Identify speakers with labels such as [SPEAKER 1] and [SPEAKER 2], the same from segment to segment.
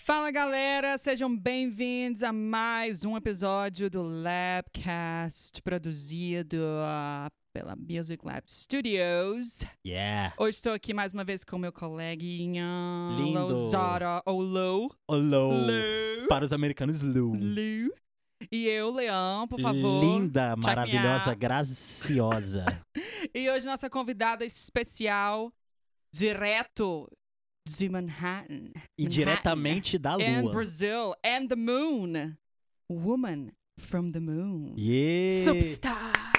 [SPEAKER 1] Fala galera, sejam bem-vindos a mais um episódio do Labcast, produzido ah, pela Music Lab Studios.
[SPEAKER 2] Yeah.
[SPEAKER 1] Hoje estou aqui mais uma vez com meu coleguinha
[SPEAKER 2] Lindo.
[SPEAKER 1] Lousada, ou Lou.
[SPEAKER 2] Hello.
[SPEAKER 1] Lou.
[SPEAKER 2] Para os americanos, Lou.
[SPEAKER 1] Lou. E eu, Leão, por favor.
[SPEAKER 2] Linda,
[SPEAKER 1] Check me
[SPEAKER 2] maravilhosa,
[SPEAKER 1] out.
[SPEAKER 2] graciosa.
[SPEAKER 1] E hoje nossa convidada especial, direto de Manhattan.
[SPEAKER 2] e
[SPEAKER 1] Manhattan.
[SPEAKER 2] diretamente da
[SPEAKER 1] and
[SPEAKER 2] lua.
[SPEAKER 1] Brazil and the moon. Woman from the moon.
[SPEAKER 2] Yeah.
[SPEAKER 1] Superstar.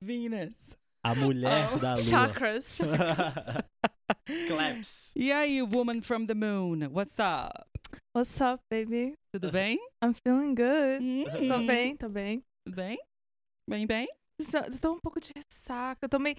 [SPEAKER 1] Venus.
[SPEAKER 2] A mulher
[SPEAKER 1] Oh,
[SPEAKER 2] da lua.
[SPEAKER 1] Chakras.
[SPEAKER 2] Claps.
[SPEAKER 1] e aí, woman from the moon, what's up?
[SPEAKER 3] What's up, baby?
[SPEAKER 1] Tudo bem?
[SPEAKER 3] I'm feeling good. Tô
[SPEAKER 2] Uhum.
[SPEAKER 1] Hum,
[SPEAKER 3] bem, tô bem.
[SPEAKER 1] Tudo bem? Bem, bem?
[SPEAKER 3] Só- Eu tô um pouco de ressaca. Eu tomei.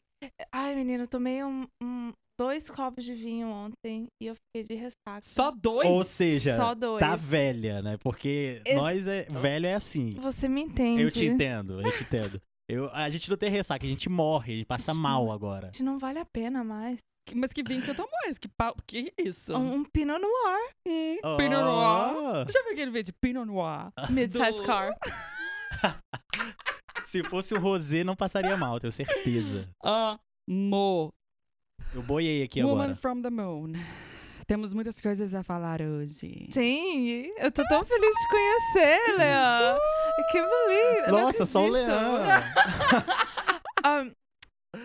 [SPEAKER 3] Ai, menino, eu tomei um, um- dois copos de vinho ontem e eu fiquei de ressaca.
[SPEAKER 1] Só dois?
[SPEAKER 2] Ou seja,
[SPEAKER 3] Só dois.
[SPEAKER 2] tá velha, né? Porque
[SPEAKER 3] Ex-
[SPEAKER 2] nós é velho é assim.
[SPEAKER 3] Você me entende.
[SPEAKER 2] Eu te entendo, eu te entendo. Eu, a gente não tem ressaca, a gente morre, a gente passa
[SPEAKER 3] A gente
[SPEAKER 2] mal
[SPEAKER 3] morre.
[SPEAKER 2] agora.
[SPEAKER 3] Gente, Não vale a pena mais.
[SPEAKER 1] Que- Mas que vinho que você tomou esse? Que, pau... que isso?
[SPEAKER 2] Uhum.
[SPEAKER 3] Um, um Pinot Noir.
[SPEAKER 1] Hum, Pinot Noir.
[SPEAKER 2] Oh.
[SPEAKER 1] Já viu aquele vídeo? Pinot Noir.
[SPEAKER 2] Ah,
[SPEAKER 3] Midsize
[SPEAKER 1] Do-
[SPEAKER 3] car.
[SPEAKER 2] Oh. Se fosse o Rosé, não passaria mal, tenho certeza.
[SPEAKER 1] Amor.
[SPEAKER 2] Eu boiei aqui
[SPEAKER 1] Woman
[SPEAKER 2] agora.
[SPEAKER 1] from the Moon. Temos muitas coisas a falar hoje.
[SPEAKER 3] Sim, eu tô tão feliz de te conhecer, Leão. I can't believe. eu não
[SPEAKER 2] Nossa, só o
[SPEAKER 3] acredito.
[SPEAKER 2] Leão.
[SPEAKER 3] Um,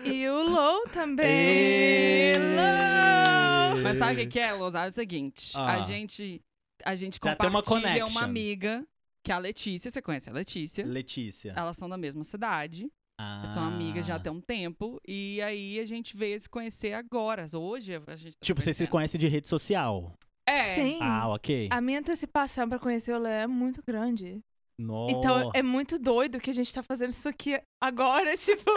[SPEAKER 3] e o Lou também.
[SPEAKER 2] Ei.
[SPEAKER 3] Lou.
[SPEAKER 1] Mas sabe o que que é, Lousada? É o seguinte, a
[SPEAKER 2] Ah.
[SPEAKER 1] gente a gente
[SPEAKER 2] Já tem uma
[SPEAKER 1] compartilha uma
[SPEAKER 2] connection.
[SPEAKER 1] amiga, que é a Letícia, você conhece a Letícia?
[SPEAKER 2] Letícia.
[SPEAKER 1] Elas são da mesma cidade,
[SPEAKER 2] Ah.
[SPEAKER 1] elas são amigas já tem um tempo, e aí a gente veio se conhecer agora. Hoje a gente tá
[SPEAKER 2] Tipo,
[SPEAKER 1] você
[SPEAKER 2] vocês se conhecem de rede social.
[SPEAKER 1] É,
[SPEAKER 3] Sim.
[SPEAKER 2] Ah, ok.
[SPEAKER 3] A minha antecipação pra conhecer o Léo é muito grande.
[SPEAKER 2] Nossa.
[SPEAKER 3] Então é muito doido que a gente tá fazendo isso aqui agora. Tipo,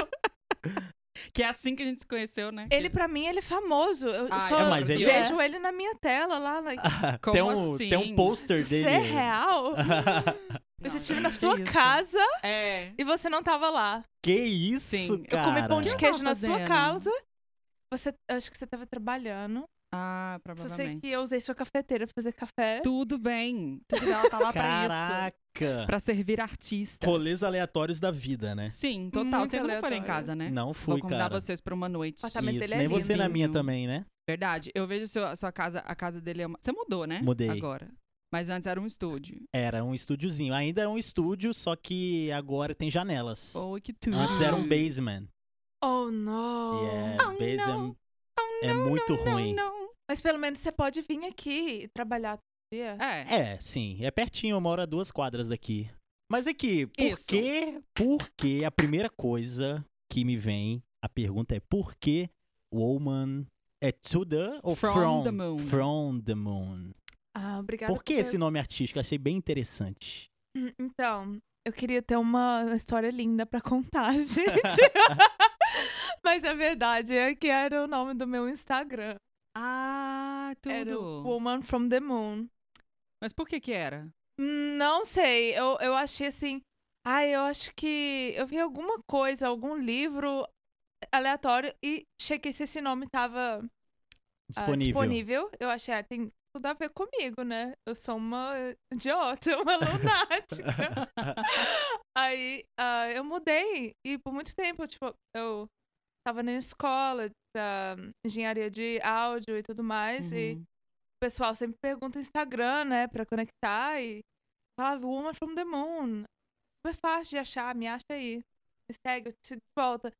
[SPEAKER 1] que é assim que a gente se conheceu, né?
[SPEAKER 3] ele pra mim ele é famoso. Eu
[SPEAKER 1] Ai,
[SPEAKER 3] só
[SPEAKER 2] É, mas ele-
[SPEAKER 3] vejo
[SPEAKER 1] Yes.
[SPEAKER 3] ele na minha tela lá. lá.
[SPEAKER 1] Como
[SPEAKER 2] tem um,
[SPEAKER 1] assim?
[SPEAKER 2] tem um pôster
[SPEAKER 3] Você
[SPEAKER 2] dele.
[SPEAKER 3] é real? Eu já
[SPEAKER 1] Não,
[SPEAKER 3] estive na
[SPEAKER 1] gente,
[SPEAKER 3] sua
[SPEAKER 1] que isso.
[SPEAKER 3] casa
[SPEAKER 1] É.
[SPEAKER 3] e você não tava lá.
[SPEAKER 2] que isso,
[SPEAKER 1] Sim, eu
[SPEAKER 2] cara?
[SPEAKER 3] Eu comi pão de
[SPEAKER 1] eu
[SPEAKER 3] queijo
[SPEAKER 1] tava
[SPEAKER 3] na sua
[SPEAKER 1] fazendo?
[SPEAKER 3] casa. Você, eu acho que você tava trabalhando.
[SPEAKER 1] Ah,
[SPEAKER 3] Só sei
[SPEAKER 1] provavelmente.
[SPEAKER 3] que eu usei sua cafeteira pra fazer café.
[SPEAKER 1] Tudo bem. Tudo bem, ela tá lá pra isso.
[SPEAKER 2] Caraca.
[SPEAKER 1] Pra servir artistas.
[SPEAKER 2] Rolês aleatórios da vida, né?
[SPEAKER 1] Sim, total.
[SPEAKER 3] Muito
[SPEAKER 1] Você ainda não foram em
[SPEAKER 3] aleatório.
[SPEAKER 1] casa, né?
[SPEAKER 2] Não
[SPEAKER 1] Vou
[SPEAKER 2] fui,
[SPEAKER 1] convidar
[SPEAKER 2] cara.
[SPEAKER 1] vocês pra uma noite.
[SPEAKER 3] Passa- Apartamento
[SPEAKER 2] Isso,
[SPEAKER 3] dele
[SPEAKER 2] nem
[SPEAKER 3] é
[SPEAKER 2] você na minha
[SPEAKER 1] lindinho.
[SPEAKER 2] também, né?
[SPEAKER 1] Verdade. Eu vejo seu- a sua casa, a casa dele é uma... Você mudou, né?
[SPEAKER 2] Mudei.
[SPEAKER 1] Agora. Mas antes era um estúdio.
[SPEAKER 2] Era um estúdiozinho. Ainda é um estúdio, só que agora tem janelas.
[SPEAKER 1] Oh, que tudo.
[SPEAKER 2] Antes era um basement.
[SPEAKER 3] Oh, não.
[SPEAKER 2] Yeah,
[SPEAKER 1] Oh,
[SPEAKER 2] basement
[SPEAKER 1] não. Oh,
[SPEAKER 2] é muito ruim.
[SPEAKER 1] Não,
[SPEAKER 3] Mas pelo menos você pode vir aqui e trabalhar todo dia.
[SPEAKER 1] não. É.
[SPEAKER 2] É, sim. É pertinho, eu moro a duas quadras daqui. Mas é que, por
[SPEAKER 1] Isso.
[SPEAKER 2] que, por que a primeira coisa que me vem, a pergunta é por que Woman é to the ou
[SPEAKER 1] From
[SPEAKER 2] from,
[SPEAKER 1] the moon.
[SPEAKER 2] From the moon.
[SPEAKER 3] Ah, obrigada.
[SPEAKER 2] Por que esse nome artístico? Eu Achei bem interessante.
[SPEAKER 3] Hum, Então, eu queria ter uma uma história linda pra contar, gente. Mas a verdade é que era o nome do meu Instagram.
[SPEAKER 1] Ah, tudo.
[SPEAKER 3] Era o Woman from the Moon.
[SPEAKER 1] Mas por que que era?
[SPEAKER 3] Hum, Não sei, eu, eu achei assim. Ah, eu acho que eu vi alguma coisa, algum livro aleatório e chequei se esse nome tava ah,
[SPEAKER 2] Disponível.
[SPEAKER 3] disponível. Eu achei, ah, tem tudo a ver comigo, né? Eu sou uma idiota, uma lunática. Aí ah, eu mudei e por muito tempo, tipo, eu tava na escola da engenharia de áudio e tudo mais. E
[SPEAKER 1] Uhum.
[SPEAKER 3] o pessoal sempre pergunta o Instagram, né, pra conectar. E falava Woman from the Moon. Super fácil de achar, me acha aí. Me segue, eu te sigo de volta.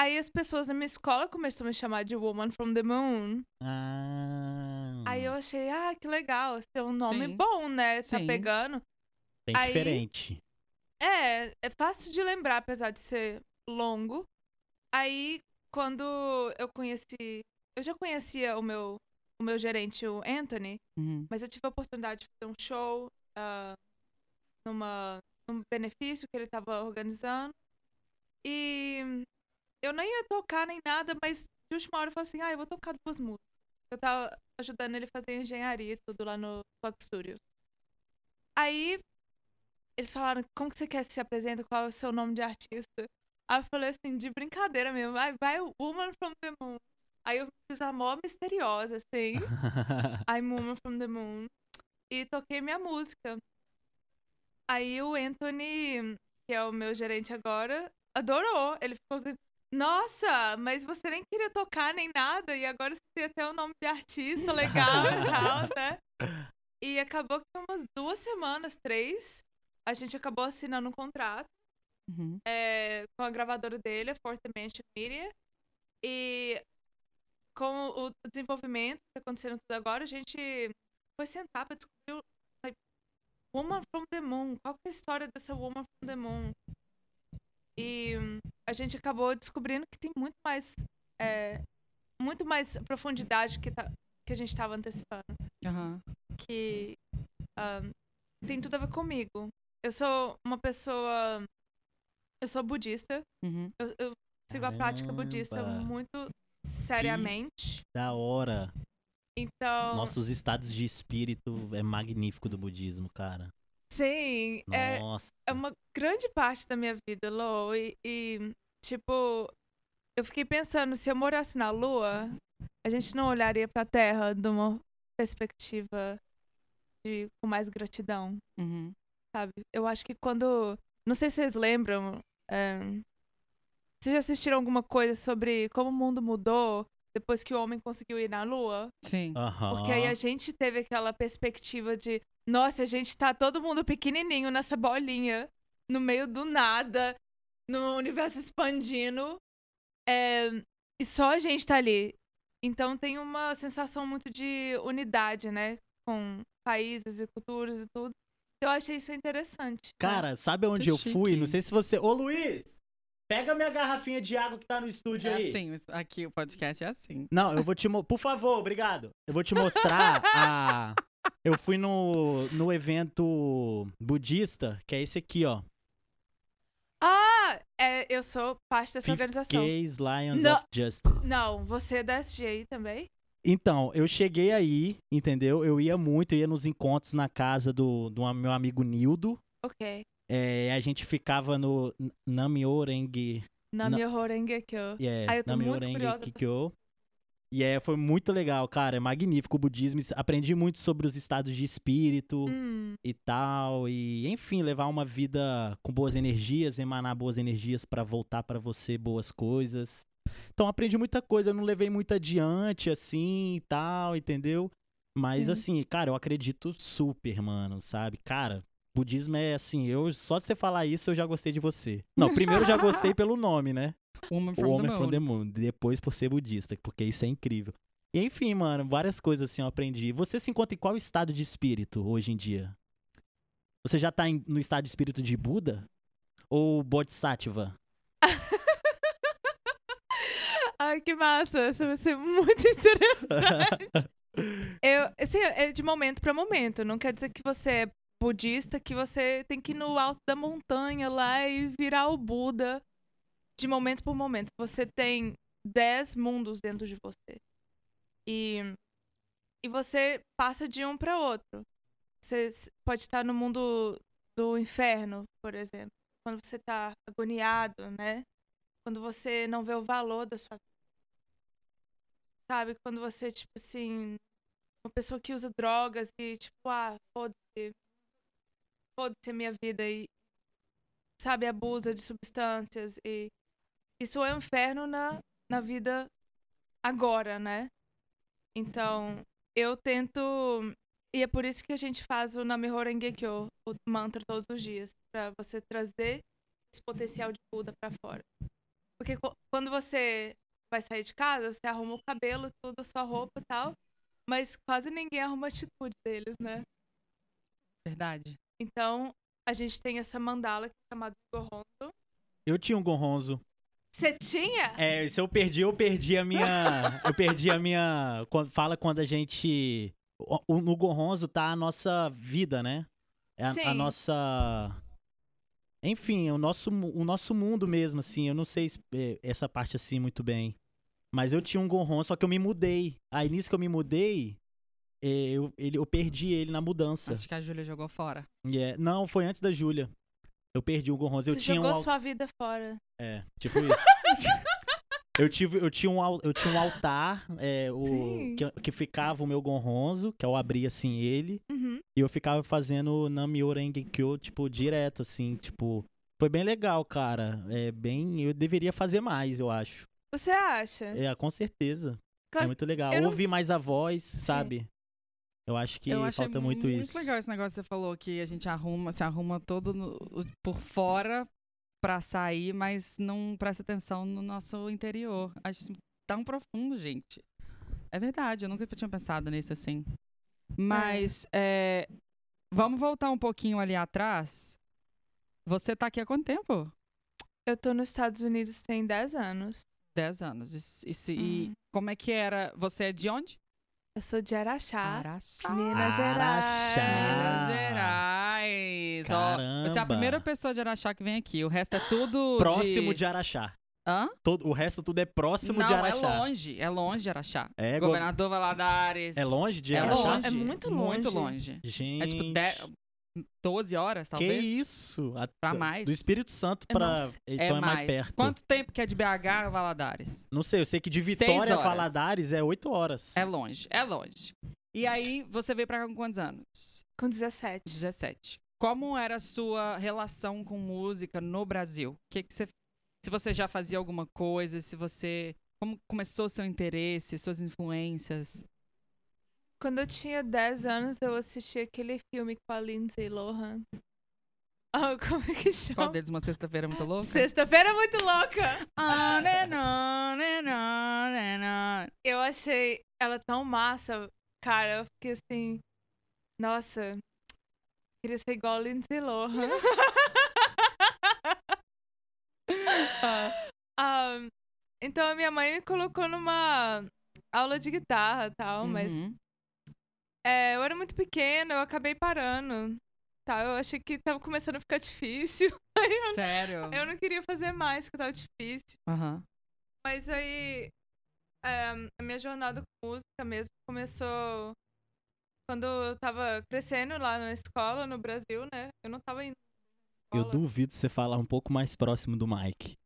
[SPEAKER 3] Aí as pessoas na minha escola começaram a me chamar de Woman from the Moon.
[SPEAKER 2] Ah,
[SPEAKER 3] Aí eu achei, ah, que legal, esse é um nome
[SPEAKER 1] Hum. Sim.
[SPEAKER 3] bom, né? Tá
[SPEAKER 1] Sim.
[SPEAKER 3] pegando.
[SPEAKER 2] bem
[SPEAKER 3] aí-
[SPEAKER 2] diferente.
[SPEAKER 3] É, é fácil de lembrar, apesar de ser longo. Aí, quando eu conheci. Eu já conhecia o meu, o meu gerente, o Anthony,
[SPEAKER 1] Uhum.
[SPEAKER 3] mas eu tive a oportunidade de fazer um show ah, numa, num benefício que ele estava organizando. E eu nem ia tocar nem nada, mas de última hora eu falei assim, ah, eu vou tocar duas músicas. Eu tava ajudando ele a fazer engenharia e tudo lá no Fox Studios. Aí eles falaram, como que você quer que se apresenta? Qual é o seu nome de artista? Aí eu falei assim, de brincadeira mesmo, vai, vai Woman from the Moon. Aí eu fiz a mó misteriosa, assim. I'm Woman from the Moon. E toquei minha música. Aí o Anthony, que é o meu gerente agora, adorou. Ele ficou assim, nossa, mas você nem queria tocar nem nada, e agora você tem até o nome de artista legal e tal, né? E acabou que umas duas semanas, três, a gente acabou assinando um contrato
[SPEAKER 1] Uhum.
[SPEAKER 3] é, com a gravadora dele, a Fourth Dimension Media. E com o o desenvolvimento que tá acontecendo tudo agora, a gente foi sentar pra descobrir o- like, Woman from the Moon. Qual que é a história dessa Woman from the Moon? E hum, a gente acabou descobrindo que tem muito mais é, muito mais profundidade que, tá, que a gente estava antecipando
[SPEAKER 1] Aham.
[SPEAKER 3] que ahn, tem tudo a ver comigo. Eu sou uma pessoa. Eu sou budista.
[SPEAKER 1] Uhum.
[SPEAKER 3] Eu, eu sigo a prática budista
[SPEAKER 2] Caramba.
[SPEAKER 3] muito seriamente.
[SPEAKER 2] da hora.
[SPEAKER 1] Oh.
[SPEAKER 3] Então.
[SPEAKER 2] Nossa, os estados de espírito é magnífico do budismo, cara.
[SPEAKER 3] Sim, é,
[SPEAKER 2] Nossa.
[SPEAKER 3] é uma grande parte da minha vida, Lou. E, e, tipo, eu fiquei pensando, se eu morasse na Lua, a gente não olharia pra Terra de uma perspectiva de, com mais gratidão.
[SPEAKER 1] Uhum.
[SPEAKER 3] sabe? Eu acho que quando. Não sei se vocês lembram. é, Vocês já assistiram alguma coisa sobre como o mundo mudou depois que o homem conseguiu ir na lua?
[SPEAKER 1] Sim.
[SPEAKER 2] Aham.
[SPEAKER 3] Porque aí a gente teve aquela perspectiva de: nossa, a gente tá todo mundo pequenininho nessa bolinha, no meio do nada, no universo expandindo, é, e só a gente tá ali. Então tem uma sensação muito de unidade, né? Com países e culturas e tudo. Eu achei isso interessante. né?
[SPEAKER 2] Cara, sabe onde
[SPEAKER 1] Que
[SPEAKER 2] eu fui?
[SPEAKER 1] chique.
[SPEAKER 2] Não sei se você. Ô, Luiz! Pega minha garrafinha de água que tá no estúdio
[SPEAKER 1] É
[SPEAKER 2] aí.
[SPEAKER 1] assim, isso- aqui o podcast é assim.
[SPEAKER 2] Não, eu vou te mostrar. Por favor, obrigado. Eu vou te mostrar a. Eu fui no, no evento budista, que é esse aqui, ó.
[SPEAKER 3] Ah, é, eu sou parte dessa é organização.
[SPEAKER 2] Gays Lions
[SPEAKER 3] Não.
[SPEAKER 2] of Justice.
[SPEAKER 3] Não, você é da SGI também?
[SPEAKER 2] Então, eu cheguei aí, entendeu? Eu ia muito, eu ia nos encontros na casa do, do meu amigo Nildo.
[SPEAKER 3] Ok.
[SPEAKER 2] É, a gente ficava no N- Namyoreng.
[SPEAKER 3] Nami Horengekyo.
[SPEAKER 2] É,
[SPEAKER 3] Ah, eu tô muito
[SPEAKER 2] Namyoreng
[SPEAKER 3] curiosa pra-
[SPEAKER 2] Kikyo. E é, foi muito legal, cara. É magnífico o budismo. Aprendi muito sobre os estados de espírito.
[SPEAKER 3] Hum.
[SPEAKER 2] e tal e enfim levar uma vida com boas energias emanar boas energias pra voltar pra você boas coisas então aprendi muita coisa eu não levei muito adiante assim e tal entendeu mas
[SPEAKER 3] Sim.
[SPEAKER 2] assim cara eu acredito super mano sabe cara budismo é assim eu só de você falar isso eu já gostei de você não primeiro eu já gostei pelo nome né
[SPEAKER 1] Woman
[SPEAKER 2] o
[SPEAKER 1] from
[SPEAKER 2] Homem
[SPEAKER 1] the
[SPEAKER 2] from
[SPEAKER 1] Moon.
[SPEAKER 2] the Moon. Depois por ser budista, porque isso é incrível. E, enfim, mano, várias coisas assim eu aprendi. Você se encontra em qual estado de espírito hoje em dia? Você já tá em- no estado de espírito de Buda? Ou Bodhisattva?
[SPEAKER 3] Ai, que massa! Isso vai ser muito interessante. Eu, assim, é de momento pra momento. Não quer dizer que você é budista, que você tem que ir no alto da montanha lá e virar o Buda. De momento por momento. Você tem 10 mundos dentro de você. E, e você passa de um pra outro. Você s- pode estar no mundo do inferno, por exemplo. Quando você tá agoniado, né? Quando você não vê o valor da sua vida. Sabe? Quando você, tipo assim uma pessoa que usa drogas e tipo, ah, foda-se, foda-se a minha vida e, sabe, abusa de substâncias e isso é um inferno na, na vida agora, né? Então, eu tento, e é por isso que a gente faz o Namihô Rengekyo, o mantra todos os dias, pra você trazer esse potencial de Buda pra fora. Porque co- quando você vai sair de casa, você arruma o cabelo, tudo, a sua roupa e tal, mas quase ninguém arruma a atitude deles, né?
[SPEAKER 1] Verdade.
[SPEAKER 3] Então, a gente tem essa mandala que é chamada Goronto.
[SPEAKER 2] Eu tinha um gonronzo.
[SPEAKER 3] Você tinha?
[SPEAKER 2] É, se eu perdi, eu perdi a minha. eu perdi a minha. quando- Fala quando a gente. o- o- No gonronzo tá a nossa vida, né? É a, a
[SPEAKER 3] Sim.
[SPEAKER 2] nossa. Enfim, é o nosso, mu- o nosso mundo mesmo, assim. Eu não sei es- é, essa parte assim muito bem. Mas eu tinha um gonron, só que eu me mudei. Aí nisso que eu me mudei, é, eu, ele, eu perdi ele na mudança.
[SPEAKER 1] Acho que a Júlia jogou fora.
[SPEAKER 2] E é- não, foi antes da Júlia. Eu perdi o gonronzo. Eu
[SPEAKER 3] Você
[SPEAKER 2] tinha um.
[SPEAKER 3] jogou
[SPEAKER 2] au-
[SPEAKER 3] sua vida fora.
[SPEAKER 2] É, tipo isso. Eu, tive, eu, tinha um, al- eu tinha um altar é, o,
[SPEAKER 3] Sim.
[SPEAKER 2] que, que ficava o meu gonronzo, que eu abria assim ele,
[SPEAKER 3] Uhum.
[SPEAKER 2] e eu ficava fazendo Namiorengenkyo, tipo, direto, assim, tipo. Foi bem legal, cara. É bem. Eu deveria fazer mais, eu acho.
[SPEAKER 3] Você acha?
[SPEAKER 2] É, com certeza.
[SPEAKER 3] Claro,
[SPEAKER 2] é muito legal.
[SPEAKER 3] eu não-
[SPEAKER 2] Ouvir mais a voz, sabe? Eu acho que
[SPEAKER 1] eu achei
[SPEAKER 2] falta muito, isso.
[SPEAKER 1] Muito legal esse negócio que você falou, que a gente arruma, se arruma todo no- o- por fora pra sair, mas não presta atenção no nosso interior. Acho isso tão profundo, gente. É verdade, eu nunca tinha pensado nisso assim. Mas é, vamos voltar um pouquinho ali atrás. Você tá aqui há quanto tempo?
[SPEAKER 3] Eu tô nos Estados Unidos tem 10 anos.
[SPEAKER 1] 10 anos. E, se- e se- e
[SPEAKER 3] Hum.
[SPEAKER 1] como é que era? Você é de onde?
[SPEAKER 3] Eu sou de Araxá,
[SPEAKER 1] Araxá.
[SPEAKER 3] Minas Gerais.
[SPEAKER 1] Minas
[SPEAKER 2] Araxá.
[SPEAKER 1] Gerais. Ó, você é a
[SPEAKER 2] Ah, Caramba.
[SPEAKER 1] primeira pessoa de Araxá que vem aqui. O resto é tudo.
[SPEAKER 2] Próximo
[SPEAKER 1] de.
[SPEAKER 2] de Araxá.
[SPEAKER 1] Hã?
[SPEAKER 2] Todo, o resto tudo é próximo
[SPEAKER 1] Não,
[SPEAKER 2] de Araxá.
[SPEAKER 1] é longe. É longe de Araxá.
[SPEAKER 2] É, go-
[SPEAKER 1] Governador Valadares.
[SPEAKER 2] é longe de
[SPEAKER 1] É
[SPEAKER 2] Araxá?
[SPEAKER 1] longe.
[SPEAKER 3] É muito
[SPEAKER 1] Muito
[SPEAKER 3] longe.
[SPEAKER 1] longe.
[SPEAKER 2] Gente.
[SPEAKER 1] É tipo 10, 12 horas,
[SPEAKER 2] Que
[SPEAKER 1] talvez.
[SPEAKER 2] isso? A-
[SPEAKER 1] Pra mais.
[SPEAKER 2] Do Espírito Santo
[SPEAKER 3] Eu não
[SPEAKER 2] pra.
[SPEAKER 3] sei.
[SPEAKER 1] É
[SPEAKER 2] Então é mais,
[SPEAKER 1] mais.
[SPEAKER 2] perto.
[SPEAKER 1] Quanto tempo que é de BH a Valadares?
[SPEAKER 2] Não sei, eu sei que de
[SPEAKER 1] Seis
[SPEAKER 2] Vitória a
[SPEAKER 1] horas.
[SPEAKER 2] Valadares é 8 horas.
[SPEAKER 1] É longe. É longe. E aí, você veio pra cá com quantos anos?
[SPEAKER 3] com 17.
[SPEAKER 1] 17. Como era a sua relação com música no Brasil? O Que que você, se você já fazia alguma coisa, se você como começou seu interesse, suas influências?
[SPEAKER 3] Quando eu tinha 10 anos, eu assisti aquele filme com a Lindsay Lohan. Ah, como é que
[SPEAKER 1] Qual
[SPEAKER 3] chama?
[SPEAKER 1] deles uma sexta-feira muito louca?
[SPEAKER 3] Sexta-feira é muito louca!
[SPEAKER 1] Ah, né, não, né, não, né, não.
[SPEAKER 3] Eu achei ela tão massa, cara. Eu fiquei assim, nossa, queria ser igual a Lindsay Lohan. Ah, então a minha mãe me colocou numa aula de guitarra e tal, mas
[SPEAKER 1] Uhum.
[SPEAKER 3] é, eu era muito pequena, eu acabei parando. Tá, eu achei que tava começando a ficar difícil.
[SPEAKER 1] Sério?
[SPEAKER 3] Eu não queria fazer mais, que tava difícil.
[SPEAKER 1] Aham.
[SPEAKER 3] Mas aí é, a minha jornada com música mesmo começou quando eu tava crescendo lá na escola, no Brasil, né? Eu não tava indo. na
[SPEAKER 2] Eu
[SPEAKER 3] escola.
[SPEAKER 2] duvido você falar um pouco mais próximo do Mike.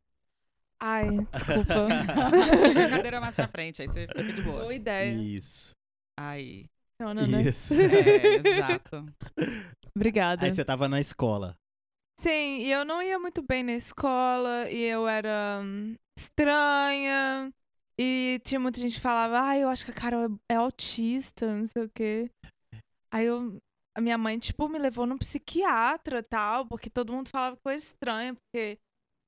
[SPEAKER 3] Ai, desculpa.
[SPEAKER 1] Chega a cadeira mais pra frente, aí você fica de boa.
[SPEAKER 3] Boa ideia.
[SPEAKER 2] Isso.
[SPEAKER 1] Aí.
[SPEAKER 3] Não, não,
[SPEAKER 1] né?
[SPEAKER 3] não.
[SPEAKER 2] Isso.
[SPEAKER 1] É, exato.
[SPEAKER 3] Obrigada.
[SPEAKER 2] Aí você tava na escola.
[SPEAKER 3] Sim, e eu não ia muito bem na escola, e eu era hum, estranha, e tinha muita gente que falava, ah, eu acho que a Carol é, é autista, não sei o quê. Aí eu, a minha mãe, tipo, me levou num psiquiatra tal, porque todo mundo falava que eu era estranha, porque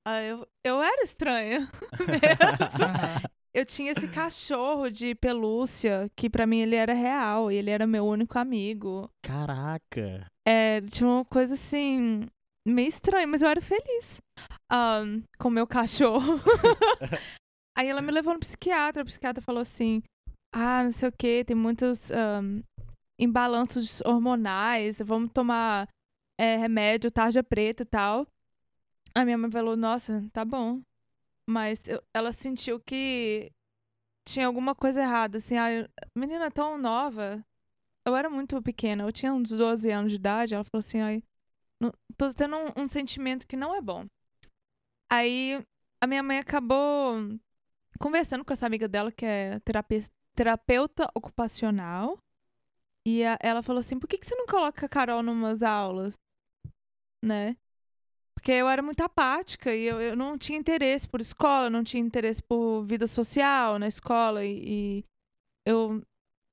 [SPEAKER 3] ah, eu, eu era estranha.
[SPEAKER 1] Aham.
[SPEAKER 3] Eu tinha esse cachorro de pelúcia, que pra mim ele era real, e ele era meu único amigo.
[SPEAKER 2] Caraca.
[SPEAKER 3] É, tinha uma coisa assim, meio estranha, mas eu era feliz ahn, com o meu cachorro. Aí ela me levou no psiquiatra, o psiquiatra falou assim: ah, não sei o que, tem muitos ahn, imbalanços hormonais, vamos tomar é, remédio, tarja preta e tal. A minha mãe falou: nossa, tá bom. Mas eu- ela sentiu que tinha alguma coisa errada, assim, ah, eu- menina tão nova, eu era muito pequena, eu tinha uns 12 anos de idade, ela falou assim, ai, não- tô tendo um, um sentimento que não é bom. Aí a minha mãe acabou conversando com essa amiga dela, que é terape- terapeuta ocupacional, e a- ela falou assim, por que, que você não coloca a Carol numas aulas, né? Porque eu era muito apática e eu, eu não tinha interesse por escola, não tinha interesse por vida social na escola e, e eu...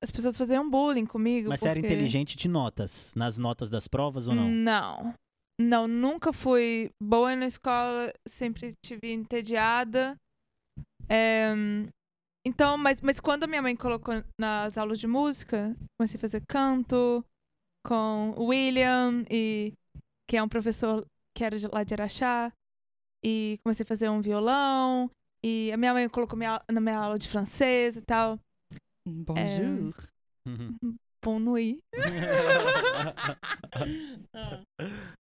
[SPEAKER 3] As pessoas faziam bullying comigo.
[SPEAKER 2] Mas você era
[SPEAKER 3] porque-
[SPEAKER 2] inteligente de notas. Nas notas das provas ou não?
[SPEAKER 3] não. Não, nunca fui boa na escola, sempre tive entediada. É, então, mas, mas quando a minha mãe colocou nas aulas de música, comecei a fazer canto com o William, e, que é um professor que era de- lá de Araxá, e comecei a fazer um violão, e a minha mãe colocou minha, na minha aula de francês e tal.
[SPEAKER 1] Bonjour. Hum.
[SPEAKER 2] Uhum.
[SPEAKER 3] Bom um Nui.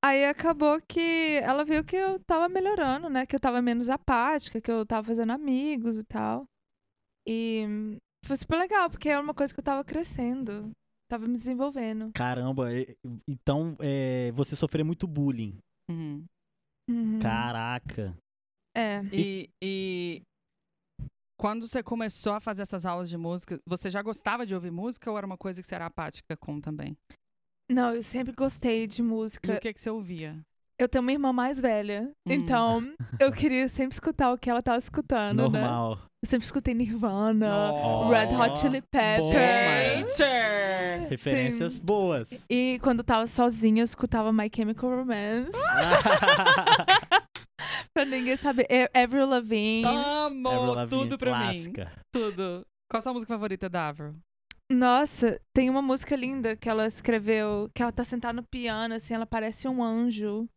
[SPEAKER 3] Aí acabou que ela viu que eu tava melhorando, né? Que eu tava menos apática, que eu tava fazendo amigos e tal. E hum, foi super legal, porque era uma coisa que eu tava crescendo, tava me desenvolvendo.
[SPEAKER 2] Caramba, e- então é, você sofreu muito bullying.
[SPEAKER 1] Uhum.
[SPEAKER 2] Tá.
[SPEAKER 3] Uhum.
[SPEAKER 2] Caraca.
[SPEAKER 3] É.
[SPEAKER 1] E, e Quando você começou a fazer essas aulas de música, você já gostava de ouvir música ou era uma coisa que você era apática com também?
[SPEAKER 3] Não, eu sempre gostei de
[SPEAKER 1] E o
[SPEAKER 3] música.
[SPEAKER 1] que, que você ouvia?
[SPEAKER 3] Eu tenho uma irmã mais velha,
[SPEAKER 1] Hum.
[SPEAKER 3] então eu queria sempre escutar o que ela tava
[SPEAKER 1] Ah,
[SPEAKER 3] escutando, né?
[SPEAKER 2] Normal.
[SPEAKER 3] Eu sempre escutei Nirvana,
[SPEAKER 2] Ó,
[SPEAKER 3] Red Hot Chili
[SPEAKER 2] bom, Maia.
[SPEAKER 3] Peppers.
[SPEAKER 1] Gente!
[SPEAKER 2] Referências boas.
[SPEAKER 3] E quando eu tava sozinha, eu escutava My Chemical Romance. pra ninguém saber. E- Avril Lavigne.
[SPEAKER 1] Ah.
[SPEAKER 2] Avril
[SPEAKER 1] Amo!
[SPEAKER 2] Lavigne,
[SPEAKER 1] Tudo pra mim.
[SPEAKER 2] clássica.
[SPEAKER 1] Tudo. Qual a sua música favorita da Avril?
[SPEAKER 3] Nossa, tem uma música linda que ela escreveu, que ela tá sentada no piano, assim, ela parece um anjo.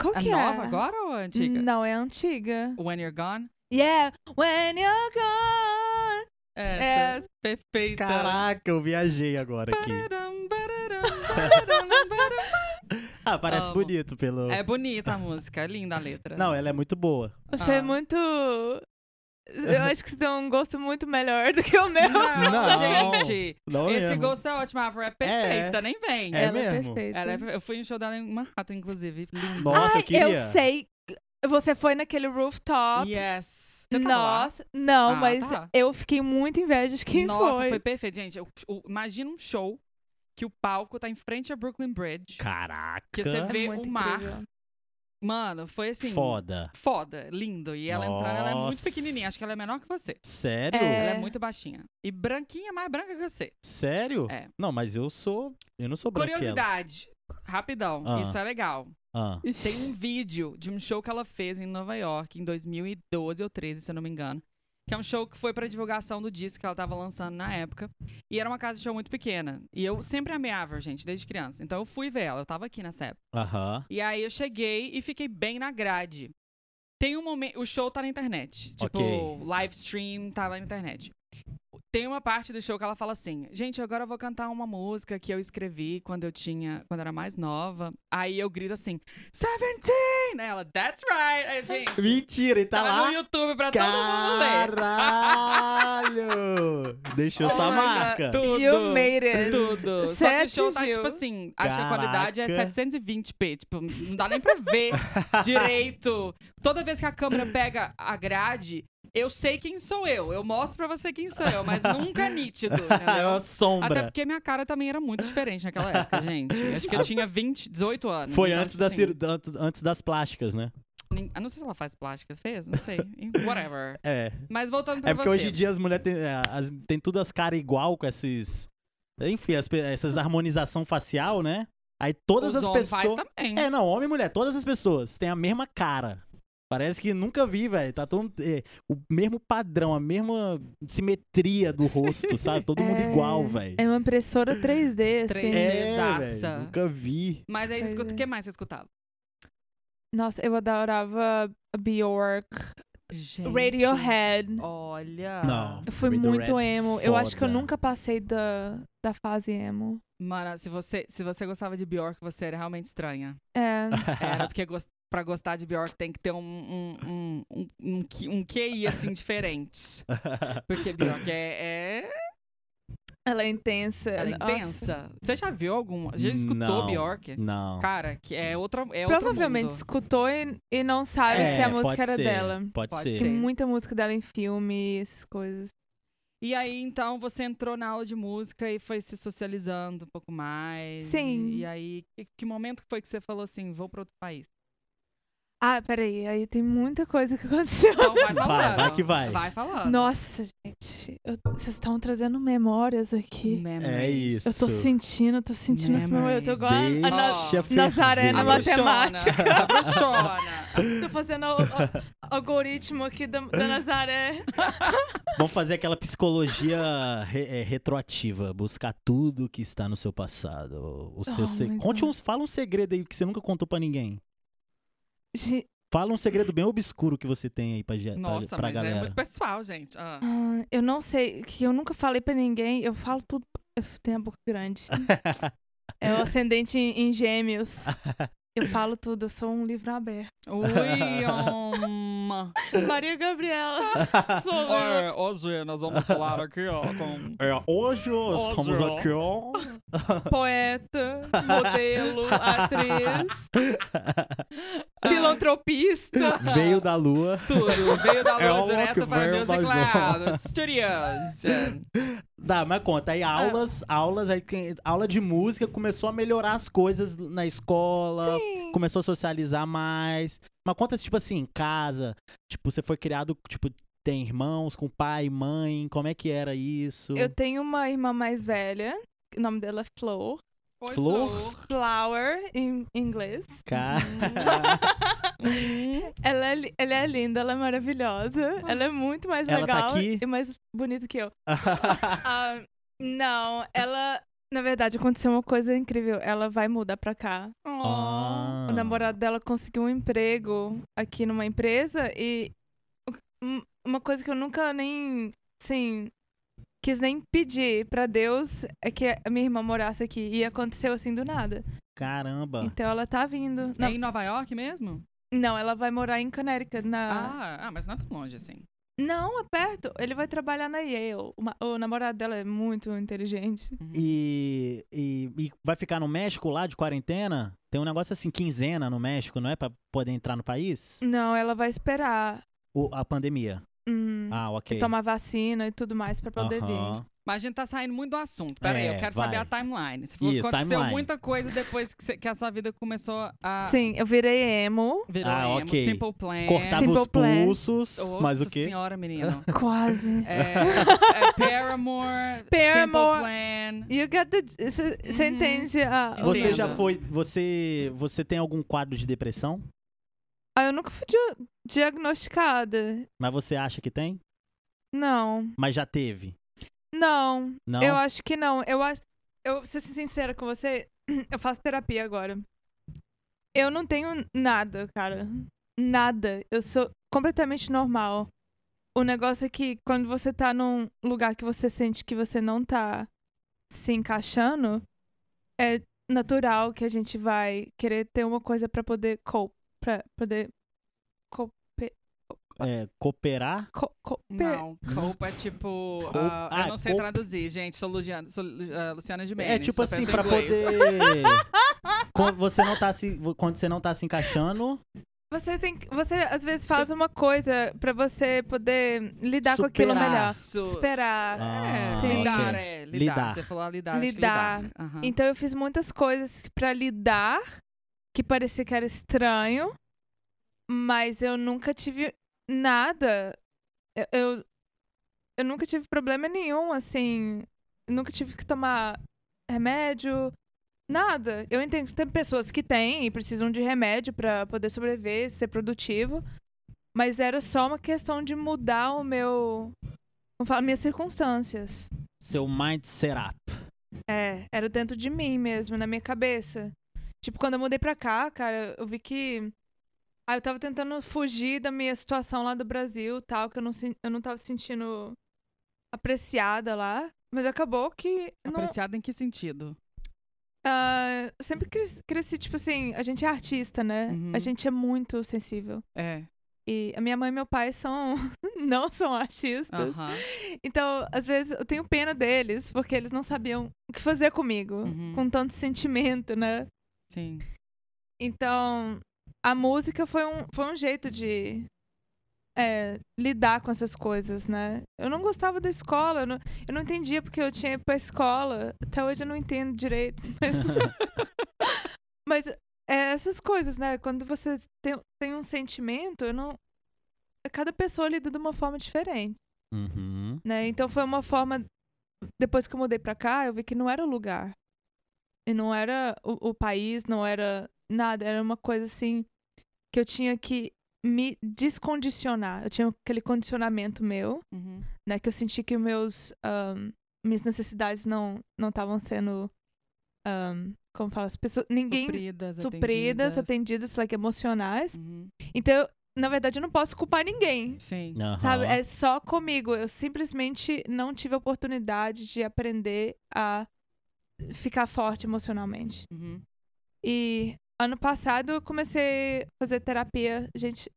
[SPEAKER 3] Qual
[SPEAKER 1] É
[SPEAKER 3] que
[SPEAKER 1] nova
[SPEAKER 3] é?
[SPEAKER 1] agora ou é antiga?
[SPEAKER 3] Não, é antiga.
[SPEAKER 1] When You're Gone?
[SPEAKER 3] Yeah, when you're gone.
[SPEAKER 1] Essa.
[SPEAKER 3] É.
[SPEAKER 1] Perfeita.
[SPEAKER 2] Caraca, eu viajei agora aqui.
[SPEAKER 1] Pararam, pararam, pararam, pararam.
[SPEAKER 2] Ah, parece
[SPEAKER 1] Amo.
[SPEAKER 2] bonito pelo.
[SPEAKER 1] É bonita a música, é linda a letra.
[SPEAKER 2] Não, ela é muito boa.
[SPEAKER 3] Você
[SPEAKER 1] Ah.
[SPEAKER 3] é muito. Eu acho que você tem um gosto muito melhor do que o meu.
[SPEAKER 1] Não,
[SPEAKER 2] Não.
[SPEAKER 1] gente.
[SPEAKER 2] Não
[SPEAKER 1] Esse
[SPEAKER 2] mesmo.
[SPEAKER 1] gosto é ótimo, a Avril é perfeita, nem vem.
[SPEAKER 2] É
[SPEAKER 3] ela
[SPEAKER 2] mesmo?
[SPEAKER 3] é perfeita.
[SPEAKER 1] Ela é perfe- eu fui no show dela em Manhattan, inclusive. Linda.
[SPEAKER 2] Nossa,
[SPEAKER 3] Ai,
[SPEAKER 2] eu queria.
[SPEAKER 3] Eu sei. Você foi naquele rooftop.
[SPEAKER 1] Yes. Você tava lá?
[SPEAKER 3] Nossa, não,
[SPEAKER 1] Ah,
[SPEAKER 3] mas
[SPEAKER 1] tá.
[SPEAKER 3] eu fiquei muito inveja de quem
[SPEAKER 1] Nossa, foi,
[SPEAKER 3] foi.
[SPEAKER 1] perfeito. Gente, eu- o- imagina um show que o palco tá em frente à Brooklyn Bridge.
[SPEAKER 2] Caraca.
[SPEAKER 1] Que você
[SPEAKER 3] É
[SPEAKER 1] vê
[SPEAKER 3] muito
[SPEAKER 1] o mar.
[SPEAKER 3] incrível.
[SPEAKER 1] Mano, foi assim.
[SPEAKER 2] Foda.
[SPEAKER 1] Foda, lindo. E ela entrando, ela é muito
[SPEAKER 2] Nossa.
[SPEAKER 1] pequenininha. Acho que ela é menor que você.
[SPEAKER 2] Sério?
[SPEAKER 3] É.
[SPEAKER 1] Ela é muito baixinha. E branquinha, mais branca que você.
[SPEAKER 2] Sério?
[SPEAKER 1] É.
[SPEAKER 2] Não, mas eu sou. Eu não sou branquela.
[SPEAKER 1] Curiosidade. Rapidão.
[SPEAKER 2] Ah.
[SPEAKER 1] Isso é legal.
[SPEAKER 2] Ah,
[SPEAKER 1] Tem um vídeo de um show que ela fez em Nova York em 2012 ou 13, se eu não me engano. Que é um show que foi pra divulgação do disco que ela tava lançando na época. E era uma casa de show muito pequena. E eu sempre amei a Avril, gente, desde criança. Então eu fui ver ela, eu tava aqui nessa época.
[SPEAKER 2] Aham.
[SPEAKER 1] E aí eu cheguei e fiquei bem na grade. Tem um momento. O show tá na internet. Tipo,
[SPEAKER 2] Ok.
[SPEAKER 1] live stream tá na internet. Tem uma parte do show que ela fala assim: gente, agora eu vou cantar uma música que eu escrevi quando eu tinha. quando eu era mais nova. Aí eu grito assim: Seventeen! Aí ela, that's right! Aí, gente,
[SPEAKER 2] Mentira, e tá,
[SPEAKER 1] tá
[SPEAKER 2] lá.
[SPEAKER 1] no YouTube pra todo mundo ler.
[SPEAKER 2] Caralho! Deixou
[SPEAKER 3] Oh
[SPEAKER 2] sua
[SPEAKER 3] my
[SPEAKER 2] marca.
[SPEAKER 1] Tudo.
[SPEAKER 3] You made it.
[SPEAKER 1] um Tudo. Só que
[SPEAKER 3] Sete
[SPEAKER 1] o show tá,
[SPEAKER 3] Gil.
[SPEAKER 1] tipo assim, acho que a qualidade é
[SPEAKER 2] Caraca.
[SPEAKER 1] 720p. Tipo, não dá nem pra ver direito. Toda vez que a câmera pega a grade, eu sei quem sou eu. Eu mostro pra você quem sou eu, mas nunca é nítido,
[SPEAKER 2] é uma
[SPEAKER 1] entendeu? Até
[SPEAKER 2] sombra.
[SPEAKER 1] porque minha cara também era muito diferente naquela época, gente. Acho que eu tinha 20, 18 anos.
[SPEAKER 2] Foi
[SPEAKER 1] então,
[SPEAKER 2] antes,
[SPEAKER 1] tipo
[SPEAKER 2] da
[SPEAKER 1] assim,
[SPEAKER 2] cir- antes- antes das plásticas, né?
[SPEAKER 1] nem- eu Não sei se ela faz plásticas, fez? Não sei. Whatever.
[SPEAKER 2] É.
[SPEAKER 1] Mas voltando pra
[SPEAKER 2] É porque
[SPEAKER 1] você.
[SPEAKER 2] hoje em dia as mulheres têm, é, as, têm tudo as caras igual com esses. Enfim, as pe- essas harmonização facial, né? Aí todas
[SPEAKER 1] Os
[SPEAKER 2] as
[SPEAKER 1] homens faz
[SPEAKER 2] pessoas.
[SPEAKER 1] também.
[SPEAKER 2] É, não, homem e mulher, todas as pessoas têm a mesma cara. Parece que nunca vi, velho. Tá todo é, o mesmo padrão, a mesma simetria do rosto, sabe? Todo mundo
[SPEAKER 3] É,
[SPEAKER 2] igual, velho.
[SPEAKER 3] É uma impressora 3D, assim.
[SPEAKER 1] 3D.
[SPEAKER 2] É,
[SPEAKER 1] beleza.
[SPEAKER 2] velho. Nunca vi.
[SPEAKER 1] Mas aí,
[SPEAKER 3] Pois
[SPEAKER 1] escuta, o
[SPEAKER 3] é.
[SPEAKER 1] que mais você escutava?
[SPEAKER 3] Nossa, eu adorava Bjork,
[SPEAKER 1] Gente.
[SPEAKER 3] Radiohead.
[SPEAKER 1] Olha.
[SPEAKER 2] Não.
[SPEAKER 3] Eu fui
[SPEAKER 2] Radiohead,
[SPEAKER 3] muito emo. Eu acho que eu
[SPEAKER 2] foda.
[SPEAKER 3] nunca passei da, da fase emo.
[SPEAKER 1] Mano, se você, se você gostava de Bjork, você era realmente estranha.
[SPEAKER 3] É.
[SPEAKER 1] Era porque gos- pra gostar de Bjork tem que ter um, um, um, um, um, qui- um QI, assim, diferente. Porque Bjork é, é-
[SPEAKER 3] Ela é intensa.
[SPEAKER 1] ela é
[SPEAKER 3] Nossa.
[SPEAKER 1] intensa. Você já viu alguma? Já escutou
[SPEAKER 2] Não.
[SPEAKER 1] Bjork?
[SPEAKER 2] Não.
[SPEAKER 1] Cara, que é outra. É outro
[SPEAKER 3] Provavelmente
[SPEAKER 1] mundo.
[SPEAKER 3] escutou e, e não sabe
[SPEAKER 2] É,
[SPEAKER 3] que a
[SPEAKER 2] pode
[SPEAKER 3] música era
[SPEAKER 2] ser,
[SPEAKER 3] dela.
[SPEAKER 2] Pode,
[SPEAKER 1] Pode
[SPEAKER 2] ser.
[SPEAKER 1] ser.
[SPEAKER 3] Tem muita música dela em filme, essas coisas.
[SPEAKER 1] E aí, então, você entrou na aula de música e foi se socializando um pouco mais.
[SPEAKER 3] Sim.
[SPEAKER 1] E, e aí, que, que momento que foi que você falou assim, vou pra outro país?
[SPEAKER 3] Ah, peraí, aí tem muita coisa que aconteceu.
[SPEAKER 1] Então, vai
[SPEAKER 2] Vai,
[SPEAKER 1] falando.
[SPEAKER 2] vai que vai.
[SPEAKER 1] Vai falando.
[SPEAKER 3] Nossa, gente, eu- vocês estão trazendo memórias
[SPEAKER 1] Um
[SPEAKER 3] aqui.
[SPEAKER 2] É
[SPEAKER 1] Memories.
[SPEAKER 2] isso.
[SPEAKER 3] Eu tô sentindo, eu tô sentindo as memórias. Eu tô igual a- a Na-
[SPEAKER 2] Deixa ferver.
[SPEAKER 3] Nazaré na
[SPEAKER 1] bruxona,
[SPEAKER 3] matemática.
[SPEAKER 1] A bruxona.
[SPEAKER 3] Tô fazendo o, o- algoritmo aqui da, da Nazaré.
[SPEAKER 2] Vamos fazer aquela psicologia re- é, retroativa. Buscar tudo que está no seu passado. O
[SPEAKER 1] Ah,
[SPEAKER 2] seu
[SPEAKER 3] Oh
[SPEAKER 2] se-
[SPEAKER 3] my
[SPEAKER 2] Conte
[SPEAKER 3] God.
[SPEAKER 2] uns, fala um segredo aí que você nunca contou pra ninguém.
[SPEAKER 3] Gente,
[SPEAKER 2] Fala um segredo bem obscuro que você tem aí pra, ge- pra-
[SPEAKER 1] Nossa,
[SPEAKER 2] pra
[SPEAKER 1] mas é
[SPEAKER 2] galera.
[SPEAKER 1] muito pessoal, gente. Ah.
[SPEAKER 3] ah, eu não sei, que eu nunca falei pra ninguém. Eu falo tudo. Eu só tenho a boca grande. É o ascendente em, em gêmeos. Eu falo tudo, eu sou um livro aberto.
[SPEAKER 1] Ui, hum.
[SPEAKER 3] Maria Gabriela. sou um eu.
[SPEAKER 1] Olha, Hoje nós vamos falar aqui, ó, com...
[SPEAKER 2] É, hoje
[SPEAKER 1] Hoje,
[SPEAKER 2] estamos
[SPEAKER 1] ó.
[SPEAKER 2] aqui, ó.
[SPEAKER 3] poeta, modelo, atriz,
[SPEAKER 1] filantropista.
[SPEAKER 2] Veio da lua.
[SPEAKER 1] Tudo. Veio da
[SPEAKER 2] É
[SPEAKER 1] lua
[SPEAKER 2] o
[SPEAKER 1] direta
[SPEAKER 2] que
[SPEAKER 1] para
[SPEAKER 2] veio
[SPEAKER 1] meus
[SPEAKER 2] da lua.
[SPEAKER 1] teclados. Studios.
[SPEAKER 2] Dá, mas conta.
[SPEAKER 1] Ah.
[SPEAKER 2] Aí aulas, aulas, aí quem- aula de música começou a melhorar as coisas na escola,
[SPEAKER 3] Sim.
[SPEAKER 2] começou a socializar mais. Mas conta, tipo assim, em casa, tipo, você foi criado, tipo, tem irmãos com pai, mãe, como é que era isso?
[SPEAKER 3] Eu tenho uma irmã mais velha, o nome dela é Flor.
[SPEAKER 1] Oi,
[SPEAKER 2] Flor?
[SPEAKER 3] Flower em inglês.
[SPEAKER 2] Ca-
[SPEAKER 1] Hum.
[SPEAKER 3] Ela é, li- ela é linda, ela é maravilhosa. Ela é muito mais
[SPEAKER 2] Ela tá
[SPEAKER 3] legal
[SPEAKER 2] aqui?
[SPEAKER 3] e mais bonita que eu. Ah, não, ela. Na verdade, aconteceu uma coisa incrível. Ela vai mudar pra cá.
[SPEAKER 2] Ah.
[SPEAKER 3] O namorado dela conseguiu um emprego aqui numa empresa e um- uma coisa que eu nunca nem, assim, quis nem pedir pra Deus é que a minha irmã morasse aqui. E aconteceu assim do nada.
[SPEAKER 2] Caramba.
[SPEAKER 3] Então ela tá vindo.
[SPEAKER 1] É
[SPEAKER 3] Não,
[SPEAKER 1] em Nova York mesmo?
[SPEAKER 3] não, ela vai morar em Connecticut. Na...
[SPEAKER 1] Ah, ah, mas não é tão longe assim.
[SPEAKER 3] Não, é perto. Ele vai trabalhar na Yale. Uma- O namorado dela é muito inteligente.
[SPEAKER 2] E, e, e vai ficar no México lá de quarentena? Tem um negócio assim, quinzena no México, não é? Pra poder entrar no país?
[SPEAKER 3] Não, ela vai esperar.
[SPEAKER 2] O- a pandemia.
[SPEAKER 3] Hum,
[SPEAKER 2] Ah, ok.
[SPEAKER 3] Tomar vacina e tudo mais pra poder vir.
[SPEAKER 2] Aham.
[SPEAKER 1] Mas a gente tá saindo muito do assunto. Peraí,
[SPEAKER 2] É,
[SPEAKER 1] eu quero saber
[SPEAKER 2] vai.
[SPEAKER 1] a timeline. Você falou que
[SPEAKER 2] Isso,
[SPEAKER 1] aconteceu
[SPEAKER 2] timeline.
[SPEAKER 1] muita coisa depois que, cê- que a sua vida começou a
[SPEAKER 3] Sim, eu virei emo.
[SPEAKER 1] virou
[SPEAKER 2] Ah,
[SPEAKER 1] emo,
[SPEAKER 2] ok.
[SPEAKER 1] Simple Plan.
[SPEAKER 2] Cortava
[SPEAKER 3] É. Simple
[SPEAKER 2] os
[SPEAKER 3] Plan.
[SPEAKER 2] pulsos,
[SPEAKER 1] Nossa
[SPEAKER 2] mas o quê?
[SPEAKER 1] senhora, menino.
[SPEAKER 3] Quase.
[SPEAKER 1] É, é Paramore, Simple
[SPEAKER 3] Paramore.
[SPEAKER 1] Plan.
[SPEAKER 3] You get the. Você
[SPEAKER 1] é. Uhum.
[SPEAKER 3] entende a.
[SPEAKER 1] Entendo.
[SPEAKER 2] Você já
[SPEAKER 1] Entendo.
[SPEAKER 2] foi. Você, você tem algum quadro de depressão?
[SPEAKER 3] Ah, eu nunca fui dia- diagnosticada.
[SPEAKER 2] Mas você acha que tem?
[SPEAKER 3] Não.
[SPEAKER 2] Mas já teve?
[SPEAKER 3] Não.
[SPEAKER 2] Não?
[SPEAKER 3] Eu acho que não. Eu acho. Eu vou ser sincera com você, eu faço terapia agora. Eu não tenho nada, cara. Nada. Eu sou completamente normal. O negócio é que quando você tá num lugar que você sente que você não tá se encaixando, é natural que a gente vai querer ter uma coisa pra poder cope, pra poder cope,
[SPEAKER 2] É, cooperar?
[SPEAKER 3] co, cope.
[SPEAKER 1] Não, Cope é tipo.
[SPEAKER 2] Cope-
[SPEAKER 1] ah, eu
[SPEAKER 2] ah,
[SPEAKER 1] não sei
[SPEAKER 2] Cope.
[SPEAKER 1] traduzir, gente. Sou, Luciana, sou Lu- ah, Luciana Gimenez.
[SPEAKER 2] é tipo
[SPEAKER 1] sou
[SPEAKER 2] assim,
[SPEAKER 1] professora
[SPEAKER 2] pra
[SPEAKER 1] de inglês.
[SPEAKER 2] poder. quando, você não tá se, quando você não tá se encaixando,
[SPEAKER 3] Você tem que- você às vezes faz uma coisa pra você poder lidar com aquilo
[SPEAKER 2] Superar.
[SPEAKER 3] melhor.
[SPEAKER 1] Isso.
[SPEAKER 3] Esperar.
[SPEAKER 1] É,
[SPEAKER 2] Ah,
[SPEAKER 3] Sim.
[SPEAKER 1] lidar,
[SPEAKER 2] ok.
[SPEAKER 1] é. Lidar.
[SPEAKER 2] Lidar.
[SPEAKER 1] Você falou lidar. acho que
[SPEAKER 3] Lidar.
[SPEAKER 1] lidar. Aham.
[SPEAKER 3] Então eu fiz muitas coisas pra lidar que parecia que era estranho, mas eu nunca tive nada. Eu, eu, eu nunca tive problema nenhum, assim, nunca tive que tomar remédio, nada. Eu entendo que tem pessoas que têm e precisam de remédio pra poder sobreviver, ser produtivo, mas era só uma questão de mudar o meu, como fala, minhas circunstâncias.
[SPEAKER 2] seu mind será.
[SPEAKER 3] É, era dentro de mim mesmo, na minha cabeça. Tipo, quando eu mudei pra cá, cara, eu vi que. Ah, eu tava tentando fugir da minha situação lá do Brasil, tal, que eu não, sen- eu não tava sentindo apreciada lá. Mas acabou que. eu Não,
[SPEAKER 1] Apreciado em que sentido?
[SPEAKER 3] Ah, eu sempre cres- cresci, tipo assim, a gente é artista, né?
[SPEAKER 1] Uhum.
[SPEAKER 3] A gente é muito sensível.
[SPEAKER 1] É.
[SPEAKER 3] E a minha mãe e meu pai são. não são artistas.
[SPEAKER 1] Aham.
[SPEAKER 3] Então, às vezes, eu tenho pena deles, porque eles não sabiam o que fazer comigo,
[SPEAKER 1] Uhum.
[SPEAKER 3] com tanto sentimento, né?
[SPEAKER 1] Sim.
[SPEAKER 3] Então, a música foi um, foi um jeito de é, lidar com essas coisas, né? Eu não gostava da escola, eu não, eu não entendia porque eu tinha ido pra escola. Até hoje eu não entendo direito. Mas, mas é essas coisas, né? Quando você tem, tem um sentimento, eu não. Cada pessoa lida de uma forma diferente,
[SPEAKER 2] Uhum.
[SPEAKER 3] né? Então foi uma forma. Depois que eu mudei pra cá, eu vi que não era o lugar. E não era o, o país, não era nada. Era uma coisa assim que eu tinha que me descondicionar. Eu tinha aquele condicionamento meu,
[SPEAKER 1] Uhum.
[SPEAKER 3] né? Que eu senti que meus ahn, minhas necessidades não não estavam sendo ahn, como fala, as pessoas, ninguém
[SPEAKER 1] Supridas, atendidas.
[SPEAKER 3] supridas, atendidas, like emocionais.
[SPEAKER 1] Uhum.
[SPEAKER 3] Então, eu, na verdade, eu não posso culpar ninguém.
[SPEAKER 1] Sim.
[SPEAKER 2] Aham.
[SPEAKER 3] Sabe, é só comigo. Eu simplesmente não tive a oportunidade de aprender a ficar forte emocionalmente.
[SPEAKER 1] Uhum.
[SPEAKER 3] E ano passado eu comecei a fazer terapia. Gente,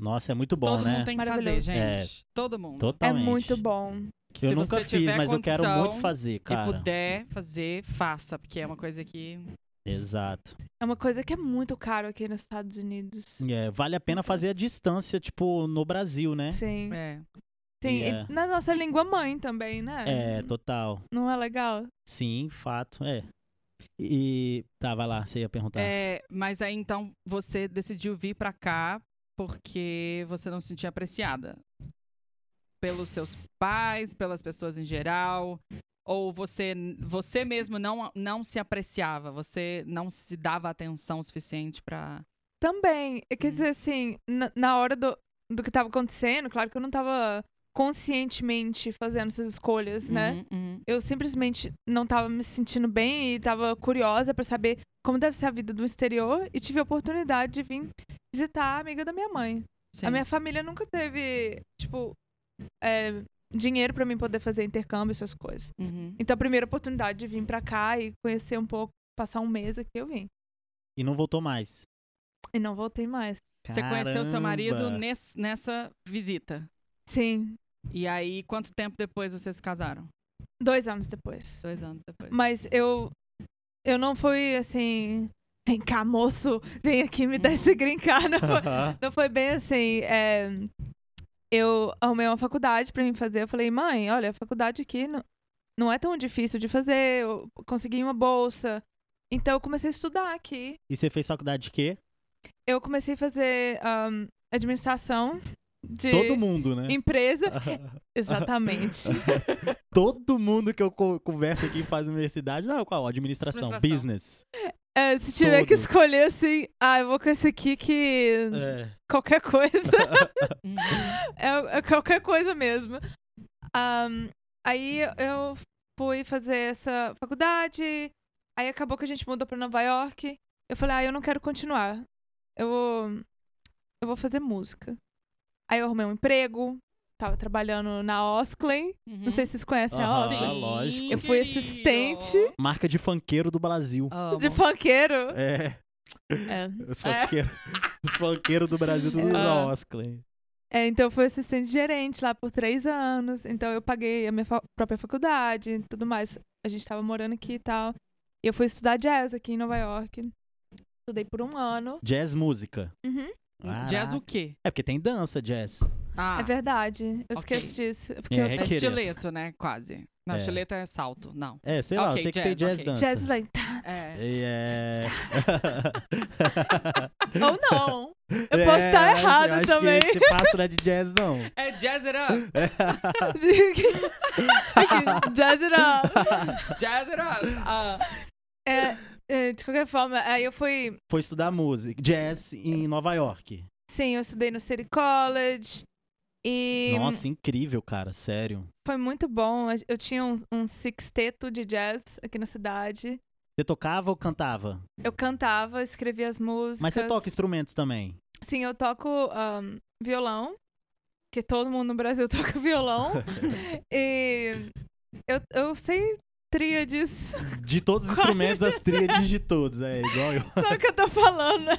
[SPEAKER 2] Nossa, é muito bom,
[SPEAKER 1] Todo
[SPEAKER 2] né? É.
[SPEAKER 1] mundo tem que fazer,
[SPEAKER 3] Maravilhoso.
[SPEAKER 1] gente. Todo mundo.
[SPEAKER 2] Totalmente.
[SPEAKER 3] é muito bom.
[SPEAKER 1] Que
[SPEAKER 2] Eu
[SPEAKER 1] se
[SPEAKER 2] nunca
[SPEAKER 1] você
[SPEAKER 2] fiz,
[SPEAKER 1] tiver
[SPEAKER 2] mas eu quero
[SPEAKER 1] condição
[SPEAKER 2] muito fazer,
[SPEAKER 1] E
[SPEAKER 2] cara.
[SPEAKER 1] puder fazer, faça. Porque é uma coisa que
[SPEAKER 2] Exato.
[SPEAKER 3] É uma coisa que é muito caro aqui nos Estados Unidos.
[SPEAKER 2] É, vale a
[SPEAKER 1] Uhum.
[SPEAKER 2] pena fazer a distância, tipo, no Brasil, né?
[SPEAKER 3] Sim.
[SPEAKER 1] É.
[SPEAKER 3] Sim,
[SPEAKER 2] é.
[SPEAKER 3] e na nossa língua mãe também, né?
[SPEAKER 2] É, total.
[SPEAKER 3] Não é legal?
[SPEAKER 2] Sim, fato, é. E. Tá, vai lá, você ia perguntar.
[SPEAKER 1] É, mas aí então você decidiu vir pra cá porque você não se sentia apreciada pelos seus pais, pelas pessoas em geral, ou você você mesmo não não se apreciava, você não se dava atenção suficiente pra.
[SPEAKER 3] Também. É, Quer
[SPEAKER 1] Hum.
[SPEAKER 3] dizer, assim, na, na hora do, do que tava acontecendo, claro que eu não tava conscientemente fazendo essas escolhas, né?
[SPEAKER 1] Uhum, uhum.
[SPEAKER 3] Eu simplesmente não tava me sentindo bem e tava curiosa pra saber como deve ser a vida do exterior e tive a oportunidade de vir visitar a amiga da minha mãe.
[SPEAKER 1] Sim.
[SPEAKER 3] A minha família nunca teve, tipo, é, dinheiro pra mim poder fazer intercâmbio, essas coisas.
[SPEAKER 1] Uhum.
[SPEAKER 3] Então, a primeira oportunidade de vir pra cá e conhecer um pouco, passar um mês aqui, eu vim.
[SPEAKER 2] E não voltou mais.
[SPEAKER 3] E não voltei mais.
[SPEAKER 1] Você conheceu seu marido
[SPEAKER 2] Caramba.
[SPEAKER 1] nes- nessa visita.
[SPEAKER 3] Sim,
[SPEAKER 1] E aí, quanto tempo depois vocês se casaram?
[SPEAKER 3] dois anos depois.
[SPEAKER 1] Dois anos depois.
[SPEAKER 3] Mas eu. Eu não fui assim. Vem cá, moço, vem aqui me
[SPEAKER 1] Hum.
[SPEAKER 3] dar esse grincar. Não foi, não foi bem assim. é, eu arrumei uma faculdade pra mim fazer. Eu falei, mãe, olha, a faculdade aqui não, não é tão difícil de fazer. Eu consegui uma bolsa. Então, eu comecei a estudar aqui.
[SPEAKER 2] E você fez faculdade de quê?
[SPEAKER 3] Eu comecei a fazer ahn, administração de
[SPEAKER 2] Todo mundo, né?
[SPEAKER 3] empresa. Exatamente.
[SPEAKER 2] Todo mundo que eu co- converso aqui faz universidade. Não, qual? Administração,
[SPEAKER 1] Administração.
[SPEAKER 2] business.
[SPEAKER 3] É, se tiver que
[SPEAKER 2] Todos.
[SPEAKER 3] escolher assim, ah, eu vou com esse aqui que
[SPEAKER 2] É.
[SPEAKER 3] qualquer coisa.
[SPEAKER 1] Uhum.
[SPEAKER 3] é, é qualquer coisa mesmo. Ahn, aí eu fui fazer essa faculdade. Aí acabou que a gente mudou pra Nova York. Eu falei, ah, eu não quero continuar. Eu vou, eu vou fazer música. Aí eu arrumei um emprego. Tava trabalhando na Oskley. Não sei se vocês conhecem a
[SPEAKER 2] Aham.
[SPEAKER 3] Oskley.
[SPEAKER 2] Sim, Ah, lógico.
[SPEAKER 1] Eu fui assistente.
[SPEAKER 2] Marca de funkeiro do Brasil.
[SPEAKER 3] De funkeiro.
[SPEAKER 2] É,
[SPEAKER 3] Ah. É.
[SPEAKER 2] os funkeiros. Os funkeiros do Brasil, tudo
[SPEAKER 3] É.
[SPEAKER 2] da Osclen.
[SPEAKER 3] É, então eu fui assistente gerente lá por três anos. Então eu paguei a minha fa- própria faculdade e tudo mais. A gente tava morando aqui e tal. E eu fui estudar jazz aqui em Nova York. Estudei por um ano.
[SPEAKER 2] Jazz música.
[SPEAKER 3] Uhum,
[SPEAKER 1] Jazz
[SPEAKER 2] Caraca.
[SPEAKER 1] o quê?
[SPEAKER 2] É porque tem dança, jazz.
[SPEAKER 1] Ah,
[SPEAKER 3] É verdade. Eu
[SPEAKER 1] ok.
[SPEAKER 3] esqueço disso. Porque eu
[SPEAKER 2] É
[SPEAKER 1] é
[SPEAKER 3] sou
[SPEAKER 2] que-
[SPEAKER 1] estileto, né? Quase. Não,
[SPEAKER 2] É.
[SPEAKER 1] estileta é salto, não.
[SPEAKER 2] É, sei lá,
[SPEAKER 1] Ok,
[SPEAKER 2] eu sei
[SPEAKER 1] jazz,
[SPEAKER 2] que tem jazz
[SPEAKER 1] ok.
[SPEAKER 2] dança.
[SPEAKER 3] jazz like.
[SPEAKER 1] É.
[SPEAKER 2] É.
[SPEAKER 3] Ou não. Eu posso estar
[SPEAKER 2] É, eu
[SPEAKER 3] errado
[SPEAKER 2] acho
[SPEAKER 3] também.
[SPEAKER 2] Que esse passo não é de jazz, não.
[SPEAKER 1] É jazz it up!
[SPEAKER 3] Aqui, jazz it up.
[SPEAKER 1] Jazz it up! Ah,
[SPEAKER 3] É, é, de qualquer forma, aí eu fui.
[SPEAKER 2] Foi estudar música. Jazz em Nova York.
[SPEAKER 3] Sim, eu estudei no City College. E
[SPEAKER 2] Nossa, incrível, cara. Sério.
[SPEAKER 3] Foi muito bom. A- Eu tinha um, um sexteto de jazz aqui na cidade.
[SPEAKER 2] Você tocava ou cantava?
[SPEAKER 3] Eu cantava, escrevia as músicas.
[SPEAKER 2] Mas você toca instrumentos também.
[SPEAKER 3] Sim, eu toco ahn, violão, que todo mundo no Brasil toca violão. e eu, eu sei tríades,
[SPEAKER 2] De todos os instrumentos, das tríades de todos. É igual eu.
[SPEAKER 3] só que eu tô falando. né?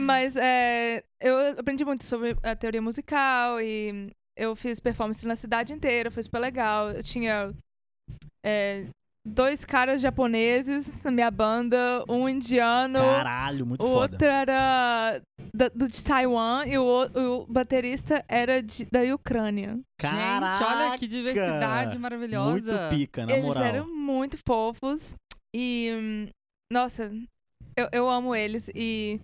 [SPEAKER 3] Mas é, eu aprendi muito sobre a teoria musical e eu fiz performance na cidade inteira, foi super legal. Eu tinha é, dois caras japoneses na minha banda, um indiano,
[SPEAKER 2] Caralho, muito
[SPEAKER 3] o
[SPEAKER 2] foda.
[SPEAKER 3] outro era da- do, de Taiwan e o, o- o baterista era de- da Ucrânia.
[SPEAKER 1] gente, olha que
[SPEAKER 2] Caraca!
[SPEAKER 1] diversidade
[SPEAKER 2] Muito
[SPEAKER 1] maravilhosa.
[SPEAKER 2] pica, na
[SPEAKER 3] Eles
[SPEAKER 2] moral.
[SPEAKER 3] eram muito fofos e, hum, nossa, eu, eu amo eles e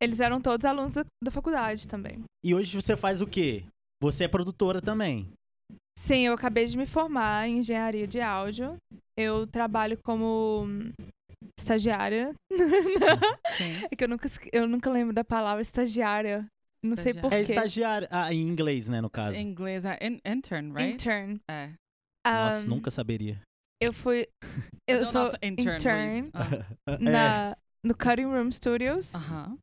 [SPEAKER 3] eles eram todos alunos da- da faculdade também.
[SPEAKER 2] E hoje você faz o quê? Você é produtora também.
[SPEAKER 3] Sim, eu acabei de me formar em engenharia de áudio. Eu trabalho como hum, estagiária.
[SPEAKER 1] Sim.
[SPEAKER 3] É que eu nunca, esque- eu nunca lembro da palavra estagiária. Não sei
[SPEAKER 1] Estagiária.
[SPEAKER 3] por
[SPEAKER 2] É
[SPEAKER 3] quê.
[SPEAKER 2] estagiária. Ah, em inglês, né, no caso.
[SPEAKER 1] Em inglês é in- intern, right?
[SPEAKER 3] Intern.
[SPEAKER 1] É.
[SPEAKER 2] Nossa,
[SPEAKER 3] Ahn,
[SPEAKER 2] nunca saberia.
[SPEAKER 3] Eu fui.
[SPEAKER 1] Cadê
[SPEAKER 3] Eu
[SPEAKER 1] é o
[SPEAKER 3] sou
[SPEAKER 1] nosso intern.
[SPEAKER 3] intern.
[SPEAKER 1] Luiz? Ah,
[SPEAKER 2] É.
[SPEAKER 3] na, no Cutting Room
[SPEAKER 2] Ah.
[SPEAKER 3] Studios.
[SPEAKER 1] Aham.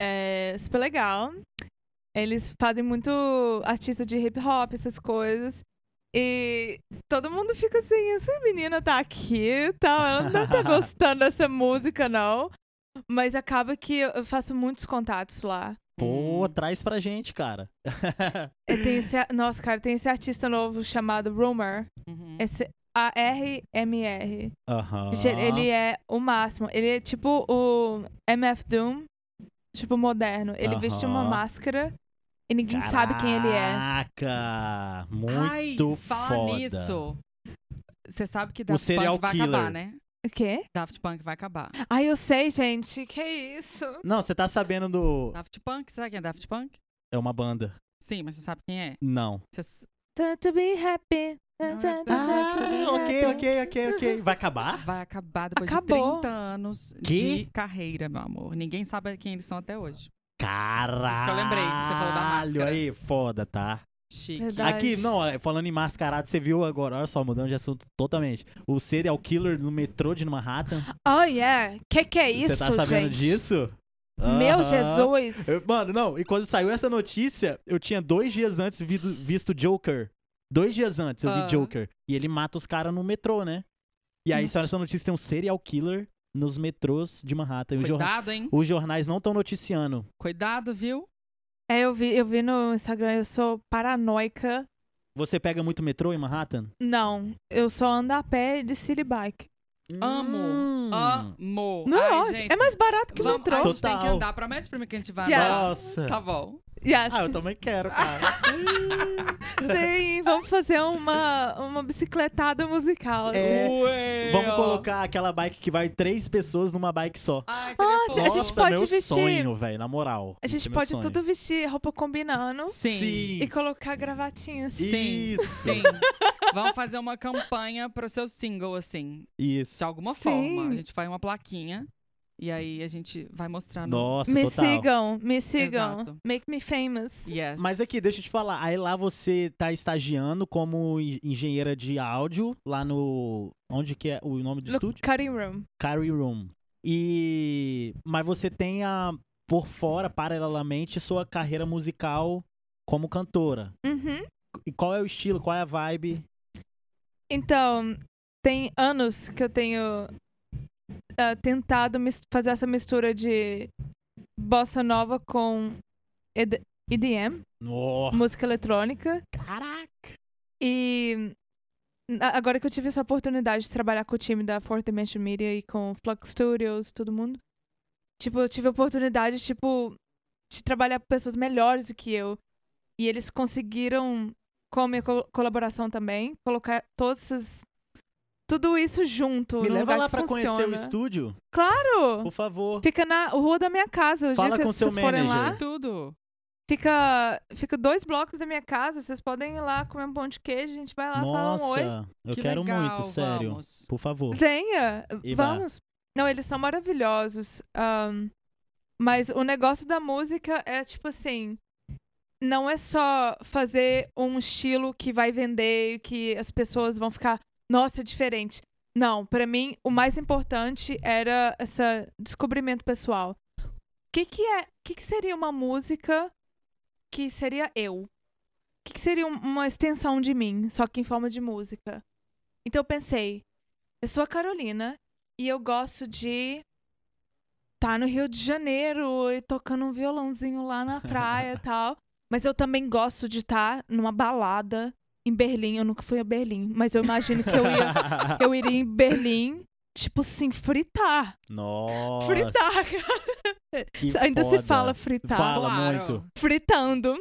[SPEAKER 3] É super legal. Eles fazem muito artista de hip hop, essas coisas. E todo mundo fica assim, essa menina tá aqui e tal, ela não deve tá gostando dessa música, não. Mas acaba que eu eu faço muitos contatos lá.
[SPEAKER 2] Pô,
[SPEAKER 1] Hum.
[SPEAKER 2] traz pra gente, cara.
[SPEAKER 3] É, tem esse, a- nossa, cara, tem esse artista novo chamado Rumor.
[SPEAKER 1] Uhum.
[SPEAKER 3] Esse A-R-M-R.
[SPEAKER 2] Aham.
[SPEAKER 3] Gente, Ele é o máximo. Ele é tipo o MF Doom, tipo moderno. Ele
[SPEAKER 2] Aham.
[SPEAKER 3] veste uma máscara e ninguém sabe quem ele é.
[SPEAKER 2] Caraca!
[SPEAKER 1] Ai,
[SPEAKER 2] Muito
[SPEAKER 1] fala
[SPEAKER 2] foda.
[SPEAKER 1] nisso. Você sabe que Daft
[SPEAKER 2] serial
[SPEAKER 1] Punk vai
[SPEAKER 2] killer.
[SPEAKER 1] acabar, né?
[SPEAKER 3] O quê?
[SPEAKER 1] Daft Punk vai acabar.
[SPEAKER 3] Ai, eu sei, gente. Que é isso?
[SPEAKER 2] Não, você tá sabendo do.
[SPEAKER 1] Daft Punk, sabe quem é Daft Punk?
[SPEAKER 2] É uma banda.
[SPEAKER 1] Sim, mas você sabe quem é.
[SPEAKER 2] Não.
[SPEAKER 1] Você s-
[SPEAKER 3] Time to be happy. Time
[SPEAKER 1] é
[SPEAKER 3] to be
[SPEAKER 2] Ah, ok,
[SPEAKER 3] happy.
[SPEAKER 2] ok, ok, ok. Vai acabar?
[SPEAKER 1] vai acabar depois
[SPEAKER 3] Acabou.
[SPEAKER 1] de 30 anos
[SPEAKER 2] Que?
[SPEAKER 1] de carreira, meu amor. Ninguém sabe quem eles são até hoje.
[SPEAKER 2] Caralho!
[SPEAKER 1] que eu lembrei, que você falou da máscara.
[SPEAKER 2] aí, foda, tá?
[SPEAKER 1] Chique.
[SPEAKER 3] Verdade.
[SPEAKER 2] Aqui, não, ó, falando em mascarado, você viu agora, olha só, mudando de assunto totalmente. O serial killer no metrô de Manhattan.
[SPEAKER 3] Oh, yeah. Que que é
[SPEAKER 2] você
[SPEAKER 3] isso,
[SPEAKER 2] tá sabendo
[SPEAKER 3] gente?
[SPEAKER 2] disso?
[SPEAKER 3] Meu
[SPEAKER 2] Aham.
[SPEAKER 3] Jesus.
[SPEAKER 2] Eu- mano, não, e quando saiu essa notícia, eu tinha dois dias antes vido- visto Joker. Dois dias antes eu vi
[SPEAKER 1] Ah.
[SPEAKER 2] Joker. E ele mata os caras no metrô, né? E aí saiu essa notícia, tem um serial killer nos metrôs de Manhattan. E os jorna-
[SPEAKER 1] Cuidado, hein?
[SPEAKER 2] os jornais não estão noticiando.
[SPEAKER 1] Cuidado, viu?
[SPEAKER 3] É, eu vi, eu vi no Instagram, eu sou paranoica.
[SPEAKER 2] Você pega muito metrô em Manhattan?
[SPEAKER 3] Não, eu só ando a pé de city bike.
[SPEAKER 1] Amo.
[SPEAKER 2] Hum.
[SPEAKER 1] Amor.
[SPEAKER 3] Não, é
[SPEAKER 1] Ai,
[SPEAKER 3] ótimo.
[SPEAKER 1] gente,
[SPEAKER 3] é mais barato que o
[SPEAKER 1] vamos, A
[SPEAKER 2] Ah,
[SPEAKER 3] metrô.
[SPEAKER 1] gente tem que
[SPEAKER 2] Total.
[SPEAKER 1] andar. Promete pra mim que a gente vai
[SPEAKER 3] Yes.
[SPEAKER 1] andar.
[SPEAKER 2] Nossa.
[SPEAKER 1] Tá bom.
[SPEAKER 3] Yes.
[SPEAKER 2] Ah, eu também quero, cara.
[SPEAKER 3] Sim, vamos fazer uma, uma bicicletada musical.
[SPEAKER 2] É,
[SPEAKER 1] Ué,
[SPEAKER 2] Vamos
[SPEAKER 1] ó.
[SPEAKER 2] colocar aquela bike que vai três pessoas numa bike só.
[SPEAKER 1] Ai, seria
[SPEAKER 3] Nossa,
[SPEAKER 1] fofo.
[SPEAKER 3] Ah, A gente
[SPEAKER 2] Nossa,
[SPEAKER 3] pode
[SPEAKER 2] meu
[SPEAKER 3] vestir-
[SPEAKER 2] sonho, velho, na moral.
[SPEAKER 3] A gente
[SPEAKER 2] Esse é meu
[SPEAKER 3] pode
[SPEAKER 2] sonho.
[SPEAKER 3] tudo vestir roupa combinando
[SPEAKER 1] Sim.
[SPEAKER 2] Sim.
[SPEAKER 3] e colocar gravatinhas.
[SPEAKER 1] Sim,
[SPEAKER 2] Isso.
[SPEAKER 1] sim. Vamos fazer uma campanha pro seu single, assim.
[SPEAKER 2] Isso.
[SPEAKER 1] De alguma
[SPEAKER 3] Sim.
[SPEAKER 1] forma. A gente faz uma plaquinha. E aí a gente vai mostrar no.
[SPEAKER 2] Nossa,
[SPEAKER 3] me
[SPEAKER 2] total.
[SPEAKER 3] sigam, me sigam.
[SPEAKER 1] Exato.
[SPEAKER 3] Make me famous.
[SPEAKER 1] Yes.
[SPEAKER 2] Mas é aqui, deixa eu te falar. Aí lá você tá estagiando como en- engenheira de áudio, lá no. Onde que é o nome do
[SPEAKER 3] No
[SPEAKER 2] estúdio?
[SPEAKER 3] cutting room.
[SPEAKER 2] Carry Room. E. Mas você tem a. Por fora, paralelamente, sua carreira musical como cantora.
[SPEAKER 3] Uhum.
[SPEAKER 2] E qual é o estilo? Qual é a vibe?
[SPEAKER 3] Então, tem anos que eu tenho ah, tentado mis- fazer essa mistura de bossa nova com ED EDM,
[SPEAKER 2] Oh,
[SPEAKER 3] música eletrônica.
[SPEAKER 2] caraca!
[SPEAKER 3] E a- agora que eu tive essa oportunidade de trabalhar com o time da Fourth Dimension Media e com Flux Studios, todo mundo, tipo, eu tive a oportunidade, tipo, de trabalhar com pessoas melhores do que eu. E eles conseguiram, com a minha col- colaboração também, colocar todos esses... Tudo isso junto.
[SPEAKER 2] Me
[SPEAKER 3] num
[SPEAKER 2] leva
[SPEAKER 3] lugar
[SPEAKER 2] lá
[SPEAKER 3] que
[SPEAKER 2] pra conhecer o
[SPEAKER 3] funciona.
[SPEAKER 2] estúdio,
[SPEAKER 3] Claro!
[SPEAKER 2] por favor.
[SPEAKER 3] Fica na rua da minha casa. O
[SPEAKER 2] Fala
[SPEAKER 3] dia que
[SPEAKER 2] com seu
[SPEAKER 3] vocês forem
[SPEAKER 2] manager.
[SPEAKER 3] lá,
[SPEAKER 1] Tudo.
[SPEAKER 3] fica, fica dois blocos da minha casa. Vocês podem ir lá comer um pão de queijo. A gente vai lá falar um oi.
[SPEAKER 2] Nossa, eu
[SPEAKER 1] Que
[SPEAKER 2] quero
[SPEAKER 1] legal,
[SPEAKER 2] muito, sério.
[SPEAKER 1] vamos.
[SPEAKER 2] Por favor.
[SPEAKER 3] Venha,
[SPEAKER 2] Eba.
[SPEAKER 3] vamos. Não, eles são maravilhosos. ahn, mas o negócio da música é tipo assim, não é só fazer um estilo que vai vender e que as pessoas vão ficar, nossa, é diferente. Não, pra mim o mais importante era esse descobrimento pessoal. O que que é, o que que seria uma música que seria eu? O que que seria um- uma extensão de mim, só que em forma de música? Então eu pensei, eu sou a Carolina e eu gosto de estar no Rio de Janeiro e tocando um violãozinho lá na praia e tal. Mas eu também gosto de estar numa balada em Berlim. Eu nunca fui a Berlim, mas eu imagino que eu ia, eu iria em Berlim, tipo assim, fritar.
[SPEAKER 2] Nossa.
[SPEAKER 3] Fritar,
[SPEAKER 2] que
[SPEAKER 3] Ainda
[SPEAKER 2] foda.
[SPEAKER 3] se fala fritar.
[SPEAKER 2] Fala
[SPEAKER 1] Claro.
[SPEAKER 2] muito.
[SPEAKER 3] Fritando.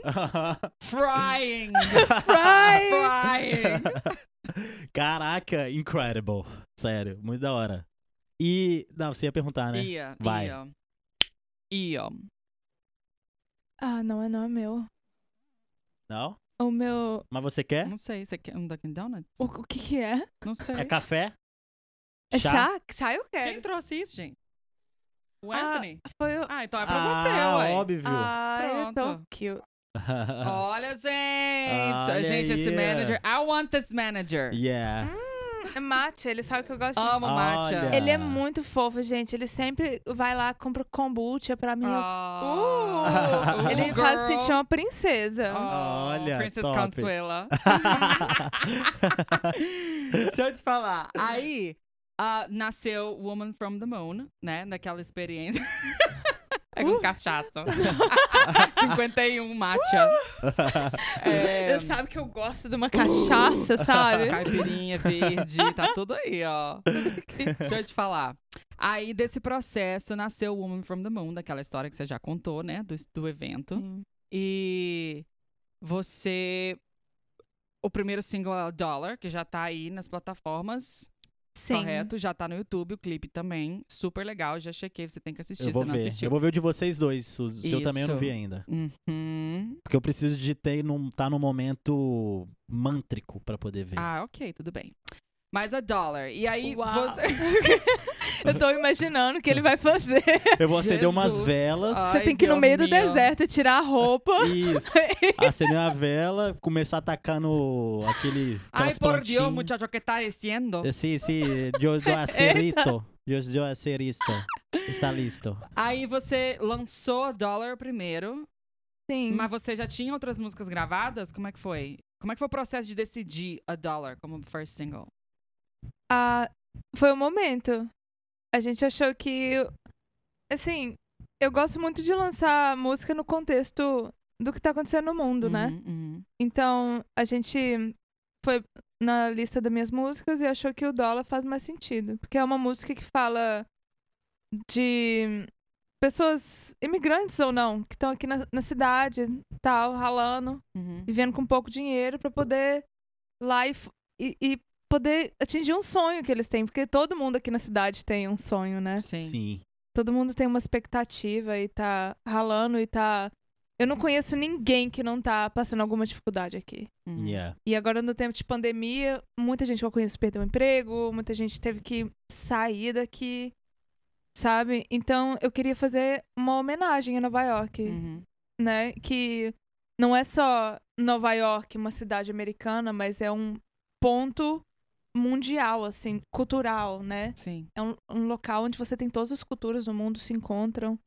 [SPEAKER 1] Frying.
[SPEAKER 3] Fry!
[SPEAKER 1] Frying.
[SPEAKER 2] Caraca, incredible. Sério, muito da hora. E. Não, você ia perguntar, né?
[SPEAKER 1] Ia,
[SPEAKER 2] Vai.
[SPEAKER 1] ia. Ia.
[SPEAKER 3] Ah, não, é não é meu.
[SPEAKER 2] Não?
[SPEAKER 3] O meu.
[SPEAKER 2] Mas você quer?
[SPEAKER 1] Não sei, você quer um Dunkin' Donuts?
[SPEAKER 3] O, o que que é?
[SPEAKER 1] Não sei.
[SPEAKER 2] É café?
[SPEAKER 3] É chá? Chá eu
[SPEAKER 1] Quem
[SPEAKER 3] quero.
[SPEAKER 1] trouxe isso, gente? O
[SPEAKER 3] Ah,
[SPEAKER 1] Anthony?
[SPEAKER 3] Foi o.
[SPEAKER 1] Ah, então é pra você,
[SPEAKER 2] Ah,
[SPEAKER 1] ué.
[SPEAKER 2] óbvio.
[SPEAKER 3] Ai, é tão
[SPEAKER 1] Pronto.
[SPEAKER 3] cute.
[SPEAKER 1] Olha, gente!
[SPEAKER 2] Olha
[SPEAKER 1] gente, esse
[SPEAKER 2] aí.
[SPEAKER 1] manager. I want this manager. Ah,
[SPEAKER 2] yeah.
[SPEAKER 3] É mate, ele sabe que eu gosto de
[SPEAKER 1] Amo matcha.
[SPEAKER 2] Olha.
[SPEAKER 3] Ele é muito fofo, gente. Ele sempre vai lá, compra kombucha pra mim.
[SPEAKER 1] Ah.
[SPEAKER 3] é Uh,
[SPEAKER 1] Uh,
[SPEAKER 3] ele
[SPEAKER 1] girl.
[SPEAKER 3] faz se sentir uma princesa.
[SPEAKER 1] Oh,
[SPEAKER 2] Olha,
[SPEAKER 1] Princess
[SPEAKER 2] top.
[SPEAKER 1] Consuela. Deixa eu te falar. Aí ah, nasceu Woman from the Moon, né? Naquela experiência. É com cachaça. 51 matcha. É,
[SPEAKER 4] Eu sabe que eu gosto de uma cachaça, sabe?
[SPEAKER 1] Caipirinha verde, tá tudo aí, ó. Deixa eu te falar. Aí, desse processo, nasceu o Woman from the Moon, daquela história que você já contou, né? Do, do evento. E você. O primeiro single é o Dollar, que já tá aí nas plataformas,
[SPEAKER 4] Sim.
[SPEAKER 1] correto? Já tá no YouTube, o clipe também. Super legal, já chequei, você tem que assistir,
[SPEAKER 2] Eu vou
[SPEAKER 1] você não
[SPEAKER 2] ver.
[SPEAKER 1] assistiu.
[SPEAKER 2] Eu vou ver o de vocês dois. O seu também eu não
[SPEAKER 1] Isso.
[SPEAKER 2] vi ainda.
[SPEAKER 1] Uhum.
[SPEAKER 2] Porque eu preciso de ter, num, tá num momento mântrico pra poder ver.
[SPEAKER 1] Ah, ok, tudo bem. Mas a Dollar. E aí,
[SPEAKER 4] Uau.
[SPEAKER 1] você.
[SPEAKER 4] Eu tô imaginando o que ele vai fazer.
[SPEAKER 2] eu vou acender umas
[SPEAKER 1] Jesus.
[SPEAKER 2] velas.
[SPEAKER 1] Ah.
[SPEAKER 4] Você
[SPEAKER 1] Ai,
[SPEAKER 4] tem que ir no
[SPEAKER 1] Deus
[SPEAKER 4] meio do
[SPEAKER 1] meu.
[SPEAKER 4] deserto tirar a roupa.
[SPEAKER 2] Isso. Acender uma vela, começar atacando aquele.
[SPEAKER 1] Ai,
[SPEAKER 2] aquelas É.
[SPEAKER 1] por Deus,
[SPEAKER 2] plantinhas.
[SPEAKER 1] muchacho, que tá descendo.
[SPEAKER 2] Sim, sim. Dios do acerito. Dios do acerista. Está listo.
[SPEAKER 1] Aí você lançou a Dollar primeiro,
[SPEAKER 4] Sim.
[SPEAKER 1] mas você já tinha outras músicas gravadas? Como é que foi? Como é que foi o processo de decidir a Dollar como first single?
[SPEAKER 4] Ah,
[SPEAKER 3] Foi o momento. A gente achou que. Assim, eu gosto muito de lançar música no contexto do que tá acontecendo no mundo, né?
[SPEAKER 1] Uhum, uhum.
[SPEAKER 3] Então, a gente foi na lista das minhas músicas e achou que o dólar faz mais sentido. Porque é uma música que fala de pessoas imigrantes ou não, que estão aqui na, na cidade, tal, ralando,
[SPEAKER 1] uhum.
[SPEAKER 3] vivendo com pouco dinheiro pra poder lá e, f- e- e poder atingir um sonho que eles têm. Porque todo mundo aqui na cidade tem um sonho, né?
[SPEAKER 1] Sim.
[SPEAKER 2] Sim.
[SPEAKER 3] todo mundo tem uma expectativa e tá ralando e tá. Eu não conheço ninguém que não tá passando alguma dificuldade aqui.
[SPEAKER 1] Uhum.
[SPEAKER 2] Yeah.
[SPEAKER 3] E agora, no tempo de pandemia, muita gente que eu conheço perdeu o emprego, muita gente teve que sair daqui, sabe? Então, eu queria fazer uma homenagem a Nova York,
[SPEAKER 1] Uhum.
[SPEAKER 3] né? Que não é só Nova York, uma cidade americana, mas é um ponto mundial, assim, cultural, né?
[SPEAKER 1] Sim.
[SPEAKER 3] é um, um local onde você tem todas as culturas do mundo se encontram,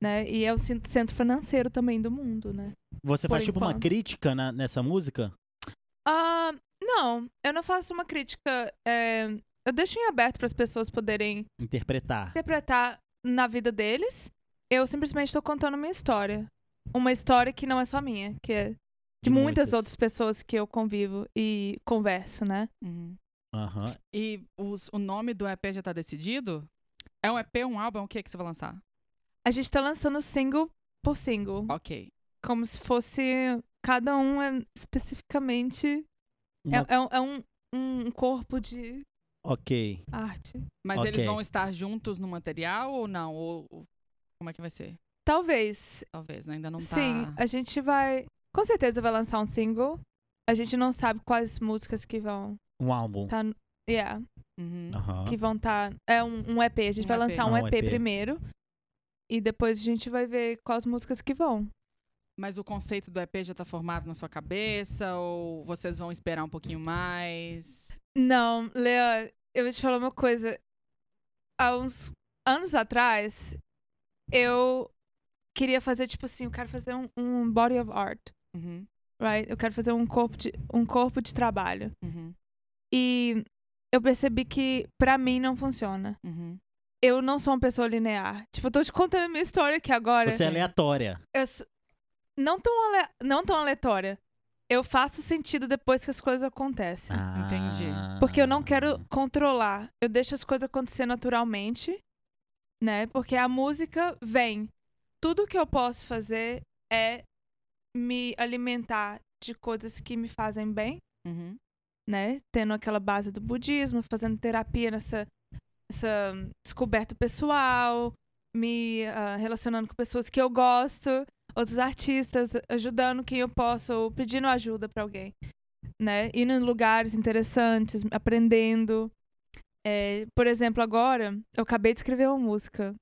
[SPEAKER 3] né? E é o cen- centro financeiro também do mundo, né?
[SPEAKER 2] Você
[SPEAKER 3] Por
[SPEAKER 2] faz tipo uma
[SPEAKER 3] enquanto.
[SPEAKER 2] crítica na- nessa música?
[SPEAKER 3] Ah, não, eu não faço uma crítica. é, eu deixo em aberto para as pessoas poderem
[SPEAKER 2] Interpretar.
[SPEAKER 3] interpretar na vida deles. Eu simplesmente estou contando minha história, uma história que não é só minha, que é de, muitas, outras pessoas que eu convivo e converso, né?
[SPEAKER 1] Uhum.
[SPEAKER 2] Aham.
[SPEAKER 1] E os- o nome do EP já tá decidido? É um EP, um álbum? O que que você vai lançar?
[SPEAKER 3] A gente tá lançando single por single,
[SPEAKER 1] Ok.
[SPEAKER 3] como se fosse cada um é especificamente
[SPEAKER 2] Uma-
[SPEAKER 3] É, é um- é um, um corpo de
[SPEAKER 2] Ok.
[SPEAKER 3] arte.
[SPEAKER 1] Mas eles
[SPEAKER 2] Ok.
[SPEAKER 1] vão estar juntos no material ou não? Ou, ou- como é que vai ser?
[SPEAKER 3] Talvez.
[SPEAKER 1] Talvez, né? ainda não tá.
[SPEAKER 3] Sim, a gente vai. Com certeza vai lançar um single. A gente não sabe quais músicas que vão
[SPEAKER 2] Um álbum.
[SPEAKER 3] tá no- yeah,
[SPEAKER 1] Uhum.
[SPEAKER 2] Aham.
[SPEAKER 3] que vão estar. É um, um EP. A gente
[SPEAKER 1] Um
[SPEAKER 3] vai
[SPEAKER 1] EP.
[SPEAKER 3] lançar um
[SPEAKER 2] Ah, um
[SPEAKER 3] EP,
[SPEAKER 2] EP.
[SPEAKER 3] primeiro. E depois a gente vai ver quais músicas que vão.
[SPEAKER 1] Mas o conceito do EP já tá formado na sua cabeça? Ou vocês vão esperar um pouquinho mais?
[SPEAKER 3] Não, Lea, eu vou te falar uma coisa. Há uns anos atrás, eu queria fazer, tipo assim, eu quero fazer um- um body of art.
[SPEAKER 1] Uhum,
[SPEAKER 3] right? Eu quero fazer um corpo de, um corpo de trabalho.
[SPEAKER 1] uhum,
[SPEAKER 3] E eu percebi que pra mim não funciona.
[SPEAKER 1] uhum.
[SPEAKER 3] Eu não sou uma pessoa linear. Tipo, eu tô te contando a minha história aqui agora.
[SPEAKER 2] Você é aleatória.
[SPEAKER 3] Eu sou- não tão ale- não tão aleatória. Eu faço sentido depois que as coisas acontecem.
[SPEAKER 1] Entendi.
[SPEAKER 2] Ah.
[SPEAKER 3] Porque eu não quero controlar. Eu deixo as coisas acontecer naturalmente, né? Porque a música vem. Tudo que eu posso fazer é me alimentar de coisas que me fazem bem
[SPEAKER 1] uhum.
[SPEAKER 3] né? Tendo aquela base do budismo, fazendo terapia nessa essa descoberta pessoal, me ah, relacionando com pessoas que eu gosto, outros artistas, ajudando quem eu posso, ou pedindo ajuda pra alguém, né? Indo em lugares interessantes, aprendendo. É, por exemplo, agora eu acabei de escrever uma música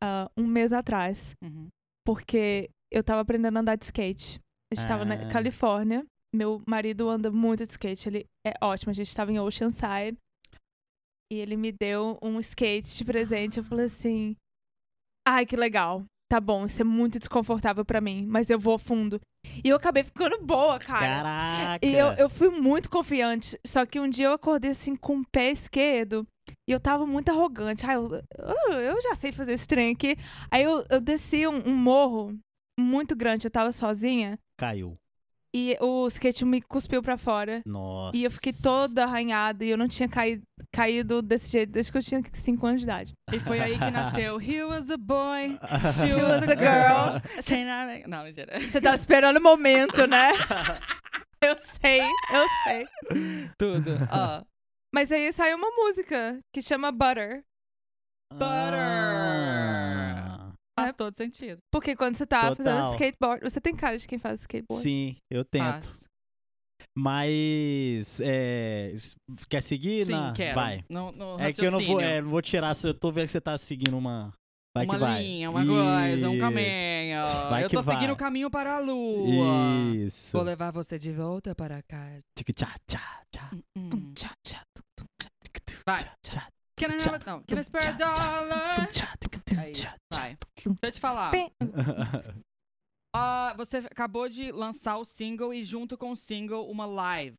[SPEAKER 3] ah, um mês atrás,
[SPEAKER 1] uhum.
[SPEAKER 3] porque eu tava aprendendo a andar de skate. A gente tava na
[SPEAKER 2] Ah.
[SPEAKER 3] Califórnia. Meu marido anda muito de skate, ele é ótimo. A gente tava em Oceanside. E ele me deu um skate de presente. Eu falei assim: "Ai, que legal. Tá bom, isso é muito desconfortável pra mim, mas eu vou fundo". E eu acabei ficando boa, cara.
[SPEAKER 2] Caraca.
[SPEAKER 3] E eu, eu fui muito confiante. Só que um dia eu acordei assim com o pé esquerdo. E eu tava muito arrogante. Ah, eu, eu- eu já sei fazer esse trem aqui. Aí eu, eu desci um, um morro muito grande, eu tava sozinha.
[SPEAKER 2] Caiu.
[SPEAKER 3] E o skate me cuspiu pra fora.
[SPEAKER 2] Nossa.
[SPEAKER 3] E eu fiquei toda arranhada e eu não tinha caído, caído desse jeito desde que eu tinha 5 anos de idade.
[SPEAKER 1] E foi aí que nasceu He was a boy, she
[SPEAKER 3] She
[SPEAKER 1] was
[SPEAKER 3] was
[SPEAKER 1] a
[SPEAKER 3] a
[SPEAKER 1] girl. Can I... Não, mentira.
[SPEAKER 3] Você tava esperando o momento, né? Eu sei, eu sei.
[SPEAKER 1] Tudo. Ó,
[SPEAKER 3] Mas aí saiu uma música que chama Butter.
[SPEAKER 2] Ah,
[SPEAKER 1] faz todo sentido.
[SPEAKER 3] Porque quando você tá
[SPEAKER 2] Total.
[SPEAKER 3] fazendo skateboard, você tem cara de quem faz skateboard.
[SPEAKER 2] Sim, eu tento.
[SPEAKER 1] Faz.
[SPEAKER 2] Mas. é, s- quer seguir?
[SPEAKER 1] Sim,
[SPEAKER 2] na...
[SPEAKER 1] quero.
[SPEAKER 2] Vai.
[SPEAKER 1] No, no
[SPEAKER 2] É que eu não vou,
[SPEAKER 1] raciocínio.
[SPEAKER 2] é, não vou tirar. se Eu tô vendo que você tá seguindo uma. Vai
[SPEAKER 1] uma
[SPEAKER 2] que vai.
[SPEAKER 1] linha, uma coisa, um
[SPEAKER 2] Isso.
[SPEAKER 1] caminho.
[SPEAKER 2] Vai
[SPEAKER 1] eu
[SPEAKER 2] que
[SPEAKER 1] tô seguindo
[SPEAKER 2] vai.
[SPEAKER 1] o caminho para a lua.
[SPEAKER 2] Isso.
[SPEAKER 1] Vou levar você de volta para casa.
[SPEAKER 2] Tic, tchá, tchá, tchá,
[SPEAKER 1] Hum.
[SPEAKER 3] Tchá, tchá, tum, tum, tchá,
[SPEAKER 2] tic, tum,
[SPEAKER 1] Vai.
[SPEAKER 2] tchá, tchá,
[SPEAKER 1] Can I have a- não, can I spare a dollar?
[SPEAKER 2] tum, tchá, tic, tum,
[SPEAKER 1] Né? Aí,
[SPEAKER 2] tchá,
[SPEAKER 1] vai.
[SPEAKER 2] tum,
[SPEAKER 1] Deixa eu te falar.
[SPEAKER 3] Bem-
[SPEAKER 1] Ah, você acabou de lançar o single e junto com o single uma live.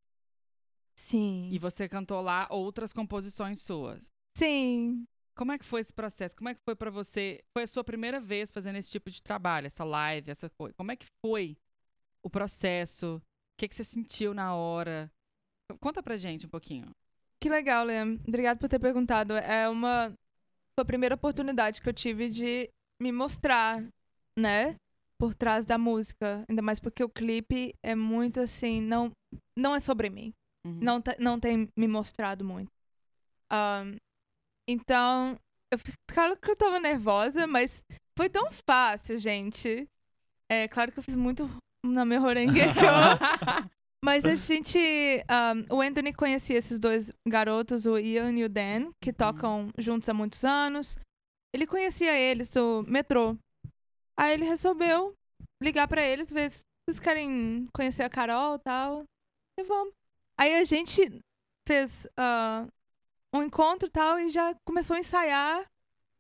[SPEAKER 3] Sim.
[SPEAKER 1] E você cantou lá outras composições suas.
[SPEAKER 3] Sim.
[SPEAKER 1] Como é que foi esse processo? Como é que foi pra você? Foi a sua primeira vez fazendo esse tipo de trabalho, essa live, essa coisa. Como é que foi o processo? O que, que você sentiu na hora? Conta pra gente um pouquinho.
[SPEAKER 3] Que legal, Liam. Obrigada por ter perguntado. É uma. Foi a primeira oportunidade que eu tive de me mostrar, né? Por trás da música. Ainda mais porque o clipe é muito assim. Não, não é sobre mim. Não, te- não tem me mostrado muito. Ahn, então, eu fi- claro que eu tava nervosa, mas foi tão fácil, gente. É claro que eu fiz muito na minha horengue Mas a gente. ahn, o Anthony conhecia esses dois garotos, o Ian e o Dan, que tocam juntos há muitos anos. Ele conhecia eles do metrô. Aí ele resolveu ligar pra eles, ver se vocês querem conhecer a Carol e tal. E vamos. Aí a gente fez ah, um encontro e tal e já começou a ensaiar.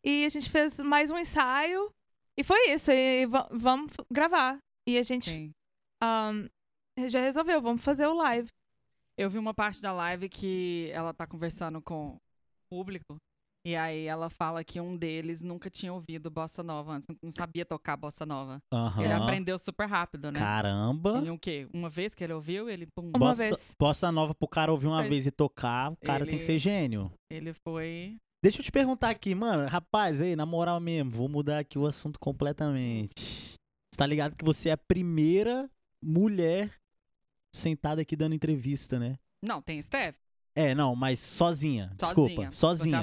[SPEAKER 3] E a gente fez mais um ensaio. E foi isso. E, va- vamos gravar. E a gente
[SPEAKER 1] Sim.
[SPEAKER 3] Ahn, já resolveu, vamos fazer o live.
[SPEAKER 1] Eu vi uma parte da live que ela tá conversando com o público. E aí ela fala que um deles nunca tinha ouvido bossa nova antes, não sabia tocar bossa nova.
[SPEAKER 2] Aham.
[SPEAKER 1] Ele aprendeu super rápido, né?
[SPEAKER 2] Caramba.
[SPEAKER 1] Ele, o quê? Uma vez que ele ouviu, ele pum,
[SPEAKER 3] Uma
[SPEAKER 2] bossa,
[SPEAKER 3] vez.
[SPEAKER 2] bossa nova pro cara ouvir uma
[SPEAKER 1] Ele-
[SPEAKER 2] vez e tocar, o cara tem que ser
[SPEAKER 1] ele-
[SPEAKER 2] gênio.
[SPEAKER 1] ele foi
[SPEAKER 2] Deixa eu te perguntar aqui, mano. Rapaz, aí, na moral mesmo, vou mudar aqui o assunto completamente. Você tá ligado que você é a primeira mulher sentada aqui dando entrevista, né?
[SPEAKER 1] Não, tem Steph.
[SPEAKER 2] É, não, mas sozinha. Desculpa,
[SPEAKER 1] Você é
[SPEAKER 2] sozinha.
[SPEAKER 1] a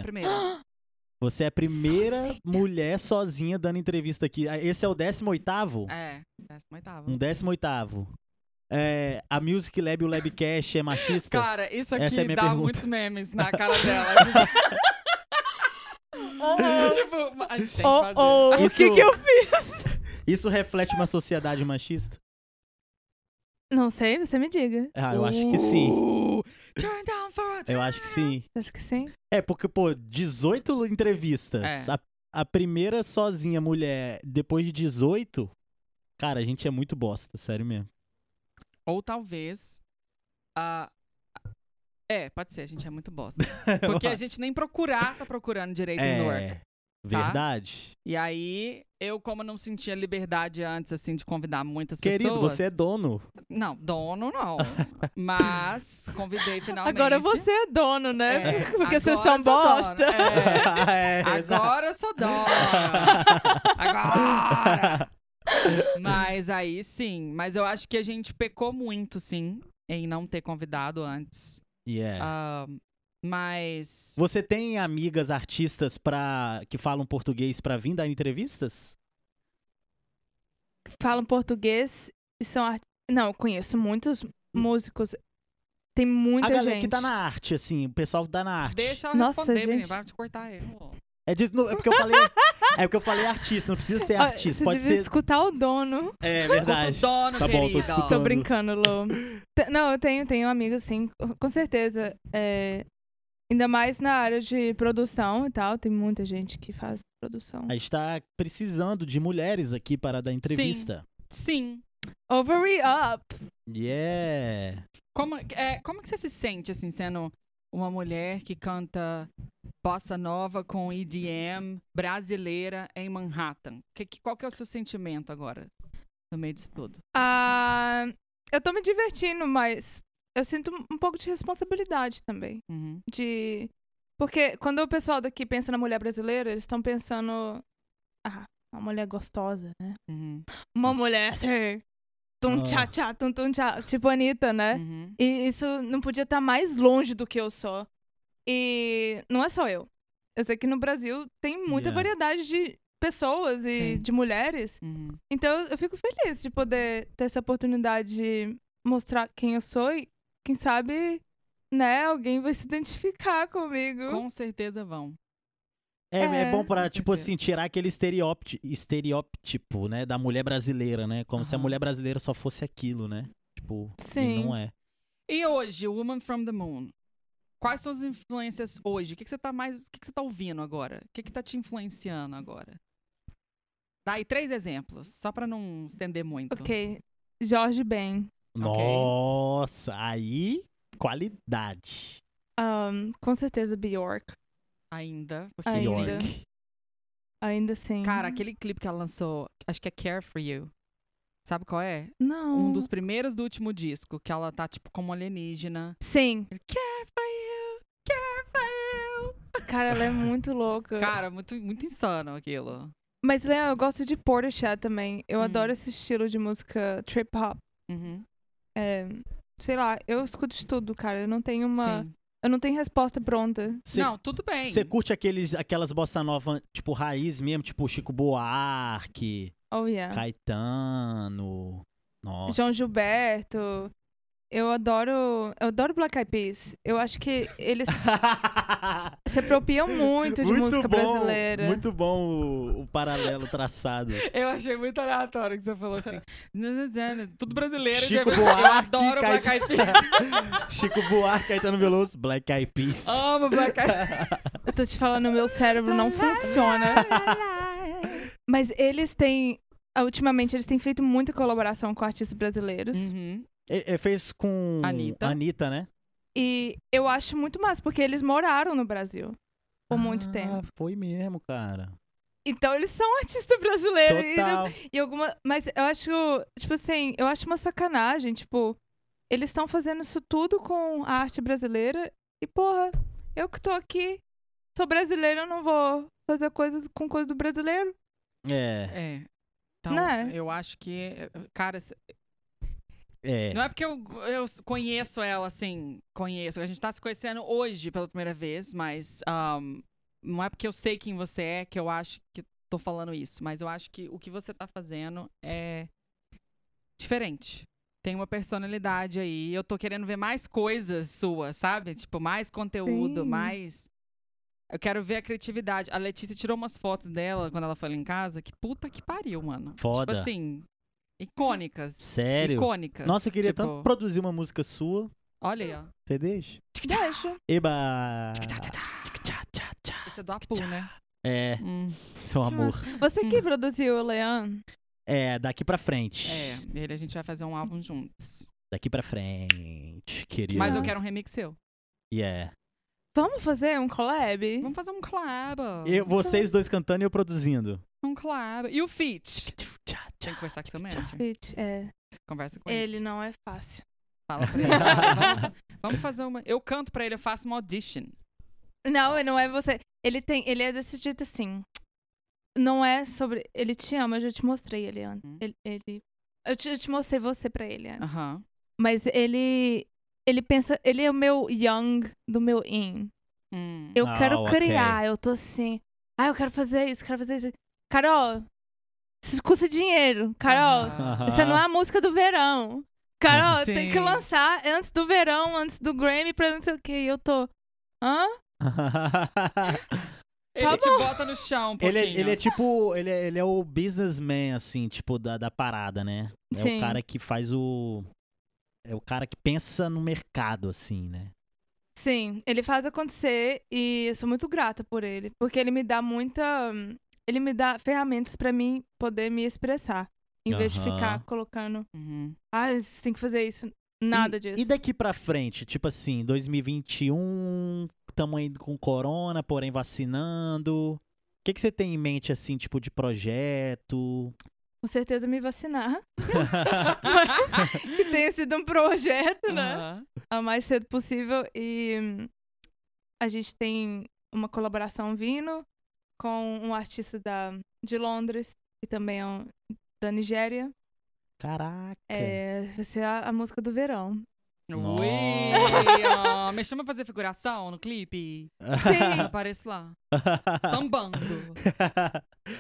[SPEAKER 2] Você é
[SPEAKER 1] primeira.
[SPEAKER 2] a, primeira mulher sozinha dando entrevista aqui. Ah, Esse é o 18º?
[SPEAKER 1] É, 18
[SPEAKER 2] Um 18º. É, a Music Lab e o Labcast é machista?
[SPEAKER 1] Cara, isso aqui
[SPEAKER 2] Essa é a minha
[SPEAKER 1] dá
[SPEAKER 2] pergunta.
[SPEAKER 1] muitos memes na cara dela.
[SPEAKER 3] Ah.
[SPEAKER 1] tipo, a gente tem que
[SPEAKER 3] Oh,
[SPEAKER 1] fazer.
[SPEAKER 3] oh, o
[SPEAKER 2] Isso-
[SPEAKER 3] que que eu
[SPEAKER 2] Isso reflete uma sociedade machista?
[SPEAKER 3] Não sei, você me diga.
[SPEAKER 2] Ah, eu acho que sim.
[SPEAKER 1] Uh, Turn down for a
[SPEAKER 2] Eu acho que sim.
[SPEAKER 3] Acho que sim.
[SPEAKER 2] É, porque, pô, 18 entrevistas.
[SPEAKER 1] É.
[SPEAKER 2] A, a primeira sozinha mulher, depois de 18. Cara, a gente é muito bosta, sério mesmo.
[SPEAKER 1] Ou talvez. ah, é, pode ser, a gente é muito bosta. Porque a gente nem procurar tá procurando direito em Newark.
[SPEAKER 2] é, verdade.
[SPEAKER 1] E aí, eu, como não sentia liberdade antes, assim, de convidar muitas
[SPEAKER 2] Querido,
[SPEAKER 1] pessoas.
[SPEAKER 2] você é dono.
[SPEAKER 1] Não, dono não. Mas convidei finalmente.
[SPEAKER 3] Agora você é dono, né?
[SPEAKER 1] É,
[SPEAKER 3] Porque vocês
[SPEAKER 1] agora
[SPEAKER 3] são
[SPEAKER 1] eu sou dona.
[SPEAKER 3] bosta.
[SPEAKER 1] É,
[SPEAKER 2] É, exato.
[SPEAKER 1] agora eu sou dona. Agora! Mas aí sim. Mas eu acho que a gente pecou muito, sim, em não ter convidado antes.
[SPEAKER 2] Yeah.
[SPEAKER 1] Ah, mas.
[SPEAKER 2] Você tem amigas artistas pra, que falam português pra vir dar entrevistas?
[SPEAKER 3] Falam português e são art... Não, eu conheço muitos músicos. Tem muita
[SPEAKER 2] Hum. a galera
[SPEAKER 3] gente.
[SPEAKER 2] que tá na arte, assim, o pessoal que tá na arte.
[SPEAKER 1] Deixa eu
[SPEAKER 3] Nossa,
[SPEAKER 1] responder, menino.
[SPEAKER 3] gente.
[SPEAKER 1] Vai te cortar ele.
[SPEAKER 2] É, disso, não, é porque eu falei. é porque eu falei artista, não precisa ser
[SPEAKER 3] Ah,
[SPEAKER 2] artista,
[SPEAKER 3] você
[SPEAKER 2] pode
[SPEAKER 3] devia
[SPEAKER 2] ser.
[SPEAKER 3] escutar o dono.
[SPEAKER 2] É
[SPEAKER 1] Escuta o
[SPEAKER 2] verdade.
[SPEAKER 1] dono,
[SPEAKER 2] Tá bom, tô te
[SPEAKER 1] querido.
[SPEAKER 2] escutando.
[SPEAKER 3] Tô brincando, Lu. Te- Não, eu tenho, tenho amigos, sim, com- com certeza. É, Ainda mais na área de produção e tal. Tem muita gente que faz produção.
[SPEAKER 2] A gente tá precisando de mulheres aqui para dar entrevista.
[SPEAKER 1] Sim.
[SPEAKER 3] Overy up!
[SPEAKER 2] Yeah!
[SPEAKER 1] é, Como é, como que você se sente, assim, sendo uma mulher que canta bossa nova com EDM brasileira em Manhattan. Que, que- qual que é o seu sentimento agora no meio disso tudo?
[SPEAKER 3] Ah, eu tô me divertindo, mas eu sinto um pouco de responsabilidade também.
[SPEAKER 1] Uhum.
[SPEAKER 3] de. Porque quando o pessoal daqui pensa na mulher brasileira, eles estão pensando. Ah, uma mulher gostosa, né?
[SPEAKER 1] Uhum.
[SPEAKER 3] Uma mulher assim. Tum tchá tchá, tum tum tchá. Tipo Anitta, né?
[SPEAKER 1] Uhum.
[SPEAKER 3] E isso não podia estar mais longe do que eu sou. E não é só eu. Eu sei que no Brasil tem muita
[SPEAKER 2] Yeah.
[SPEAKER 3] variedade de pessoas e
[SPEAKER 1] Sim.
[SPEAKER 3] de mulheres.
[SPEAKER 1] Uhum.
[SPEAKER 3] Então eu fico feliz de poder ter essa oportunidade de mostrar quem eu sou e quem sabe, né, alguém vai se identificar comigo.
[SPEAKER 1] Com certeza vão.
[SPEAKER 2] É, é,
[SPEAKER 3] É,
[SPEAKER 2] bom pra,
[SPEAKER 1] com
[SPEAKER 2] tipo
[SPEAKER 1] certeza.
[SPEAKER 2] assim, tirar aquele estereótipo, estereótipo, né, da mulher brasileira, né? Como se a
[SPEAKER 1] Aham.
[SPEAKER 2] mulher brasileira só fosse aquilo, né? Tipo, e
[SPEAKER 3] Sim.
[SPEAKER 2] não é.
[SPEAKER 1] E hoje, Woman from the Moon. Quais são as influências hoje? O que, que você tá mais. O que, que você tá ouvindo agora? O que, que tá te influenciando agora? Dá aí três exemplos, só pra não estender muito.
[SPEAKER 3] Ok. Jorge Ben,
[SPEAKER 2] Nossa, aí qualidade.
[SPEAKER 3] ahn, com certeza Bjork,
[SPEAKER 1] Ainda. Porque
[SPEAKER 3] Ainda.
[SPEAKER 1] Ainda.
[SPEAKER 2] York.
[SPEAKER 3] ainda assim.
[SPEAKER 2] Uhum.
[SPEAKER 1] Cara, aquele clipe que ela lançou, acho que é Care for You. Sabe qual é?
[SPEAKER 3] não.
[SPEAKER 1] Um dos primeiros do último disco, que ela tá, tipo, como alienígena.
[SPEAKER 3] Sim,
[SPEAKER 1] Care for you! Care for you!
[SPEAKER 3] cara, ela é muito louca.
[SPEAKER 1] Cara, muito, muito insano aquilo.
[SPEAKER 3] Mas Leon, eu gosto de Portishead também. Eu
[SPEAKER 1] Hum.
[SPEAKER 3] adoro esse estilo de música trip hop.
[SPEAKER 1] Uhum.
[SPEAKER 3] É, sei lá, eu escuto de tudo, cara. Eu não tenho uma,
[SPEAKER 1] Sim.
[SPEAKER 3] eu não tenho resposta pronta.
[SPEAKER 2] Cê-
[SPEAKER 1] Não, tudo bem.
[SPEAKER 2] Você curte aqueles, aquelas bossa nova, tipo, raiz mesmo, tipo Chico Buarque,
[SPEAKER 3] Oh
[SPEAKER 1] É.
[SPEAKER 3] yeah.
[SPEAKER 2] Caetano. Nossa.
[SPEAKER 3] João Gilberto. Eu adoro, eu adoro Black Eyed Peas. Eu acho que eles se apropriam muito de música
[SPEAKER 2] bom,
[SPEAKER 3] brasileira.
[SPEAKER 2] Muito bom o, o paralelo traçado.
[SPEAKER 1] Eu achei muito aleatório que você falou assim. Tudo brasileiro.
[SPEAKER 2] Chico
[SPEAKER 1] eu
[SPEAKER 2] Buarque,
[SPEAKER 1] adoro
[SPEAKER 2] Caetano-
[SPEAKER 1] Black Eyed Peas. Ah.
[SPEAKER 2] Chico Buarque, Caetano Veloso, Black Eyed Peas.
[SPEAKER 1] Amo Black Eyed Peas.
[SPEAKER 3] Eu tô te falando, meu cérebro não funciona. Mas eles têm, ah, ultimamente eles têm feito muita colaboração com artistas brasileiros.
[SPEAKER 1] Uhum.
[SPEAKER 2] Ele ele fez com
[SPEAKER 1] Anitta.
[SPEAKER 2] Anitta né?
[SPEAKER 3] E eu acho muito massa, porque eles moraram no Brasil por muito
[SPEAKER 2] Ah,
[SPEAKER 3] tempo.
[SPEAKER 2] Foi mesmo, cara.
[SPEAKER 3] Então eles são artistas brasileiros. E, não-
[SPEAKER 2] Total.
[SPEAKER 3] e alguma. Mas eu acho, tipo assim, eu acho uma sacanagem, tipo, eles estão fazendo isso tudo com a arte brasileira. E, porra, eu que tô aqui, sou brasileira, eu não vou fazer coisa com coisa do brasileiro.
[SPEAKER 2] É,
[SPEAKER 1] É. Então,
[SPEAKER 3] Né?
[SPEAKER 1] eu acho que. Cara, se-
[SPEAKER 2] é.
[SPEAKER 1] não é porque eu, eu conheço ela assim. Conheço. A gente tá se conhecendo hoje pela primeira vez, mas. ahm, não é porque eu sei quem você é que eu acho que tô falando isso. Mas eu acho que o que você tá fazendo é. diferente. Tem uma personalidade aí. Eu tô querendo ver mais coisas suas, sabe? Tipo, mais conteúdo,
[SPEAKER 3] Sim.
[SPEAKER 1] mais. Eu quero ver a criatividade. A Letícia tirou umas fotos dela quando ela foi lá em casa. Que puta que pariu, mano.
[SPEAKER 2] Foda.
[SPEAKER 1] Tipo assim, icônicas.
[SPEAKER 2] Sério?
[SPEAKER 1] Icônicas.
[SPEAKER 2] Nossa, eu queria
[SPEAKER 1] Tipo,
[SPEAKER 2] tanto produzir uma música sua.
[SPEAKER 1] Olha aí, ó.
[SPEAKER 2] Você deixa?
[SPEAKER 3] Deixa.
[SPEAKER 2] Eba! tá.
[SPEAKER 1] Esse é do Apu, né?
[SPEAKER 2] É,
[SPEAKER 1] Hum,
[SPEAKER 2] seu amor.
[SPEAKER 3] Você que produziu o Leão?
[SPEAKER 2] É, daqui pra frente.
[SPEAKER 1] é, ele a gente vai fazer um álbum juntos.
[SPEAKER 2] Daqui pra frente, querido. é.
[SPEAKER 1] Mas eu
[SPEAKER 3] Nossa.
[SPEAKER 1] quero um remix seu.
[SPEAKER 2] Yeah.
[SPEAKER 3] Vamos fazer um collab?
[SPEAKER 1] Vamos fazer um collab.
[SPEAKER 2] Eu, vocês dois cantando e eu produzindo.
[SPEAKER 1] Um collab. E o feat? Tem que conversar com seu manager.
[SPEAKER 3] Bitch, é.
[SPEAKER 1] Conversa com ele.
[SPEAKER 3] Ele não é fácil.
[SPEAKER 1] Fala pra ele. "Ah, vamos, vamos fazer uma. Eu canto pra ele, eu faço uma audition.
[SPEAKER 3] Não, não é você. Ele tem, ele é desse jeito assim. Não é sobre. Ele te ama, eu já te mostrei ele antes.
[SPEAKER 1] Hum.
[SPEAKER 3] Ele, ele- eu, te, eu te mostrei você pra ele antes.
[SPEAKER 1] Aham.
[SPEAKER 3] Mas ele. Ele pensa. Ele é o meu yang do meu yin.
[SPEAKER 1] Hum.
[SPEAKER 3] Eu
[SPEAKER 2] Ah,
[SPEAKER 3] quero
[SPEAKER 2] ok.
[SPEAKER 3] criar, eu tô assim. Ah, eu quero fazer isso, quero fazer isso. Carol, isso custa dinheiro. Carol,
[SPEAKER 2] Ah.
[SPEAKER 1] Aham.
[SPEAKER 3] essa não é a música do verão. Carol,
[SPEAKER 1] Sim.
[SPEAKER 3] tem que lançar antes do verão, antes do Grammy, pra não sei o que. Eu tô. Hã?
[SPEAKER 1] Ele
[SPEAKER 3] Tá
[SPEAKER 1] te bota no chão um
[SPEAKER 2] ele,
[SPEAKER 1] pouquinho.
[SPEAKER 2] é, ele é tipo. Ele é, ele é o businessman, assim, tipo, da, da parada, né? É
[SPEAKER 3] Sim.
[SPEAKER 2] o cara que faz o. É o cara que pensa no mercado, assim, né?
[SPEAKER 3] Sim, ele faz acontecer e eu sou muito grata por ele, porque ele me dá muita, hum, ele me dá ferramentas pra mim poder me expressar, em vez de
[SPEAKER 2] Aham.
[SPEAKER 3] ficar colocando,
[SPEAKER 1] Uhum.
[SPEAKER 3] ah, você tem que fazer isso.
[SPEAKER 5] Nada
[SPEAKER 2] E-
[SPEAKER 5] disso.
[SPEAKER 2] E daqui pra frente, tipo assim, 2021, tamo indo com corona, porém vacinando. O que, que você tem em mente, assim, tipo, de projeto?
[SPEAKER 3] Com certeza me vacinar. que tenha sido um projeto, né?
[SPEAKER 1] Aham.
[SPEAKER 3] O mais cedo possível. E hum, a gente tem uma colaboração vindo com um artista da, de Londres, que também é um, da Nigéria.
[SPEAKER 2] Caraca.
[SPEAKER 3] É, vai ser a, a música do verão.
[SPEAKER 1] Ui, ó, me chama pra fazer figuração no clipe.
[SPEAKER 3] Sim!
[SPEAKER 1] Apareço lá. Sambando.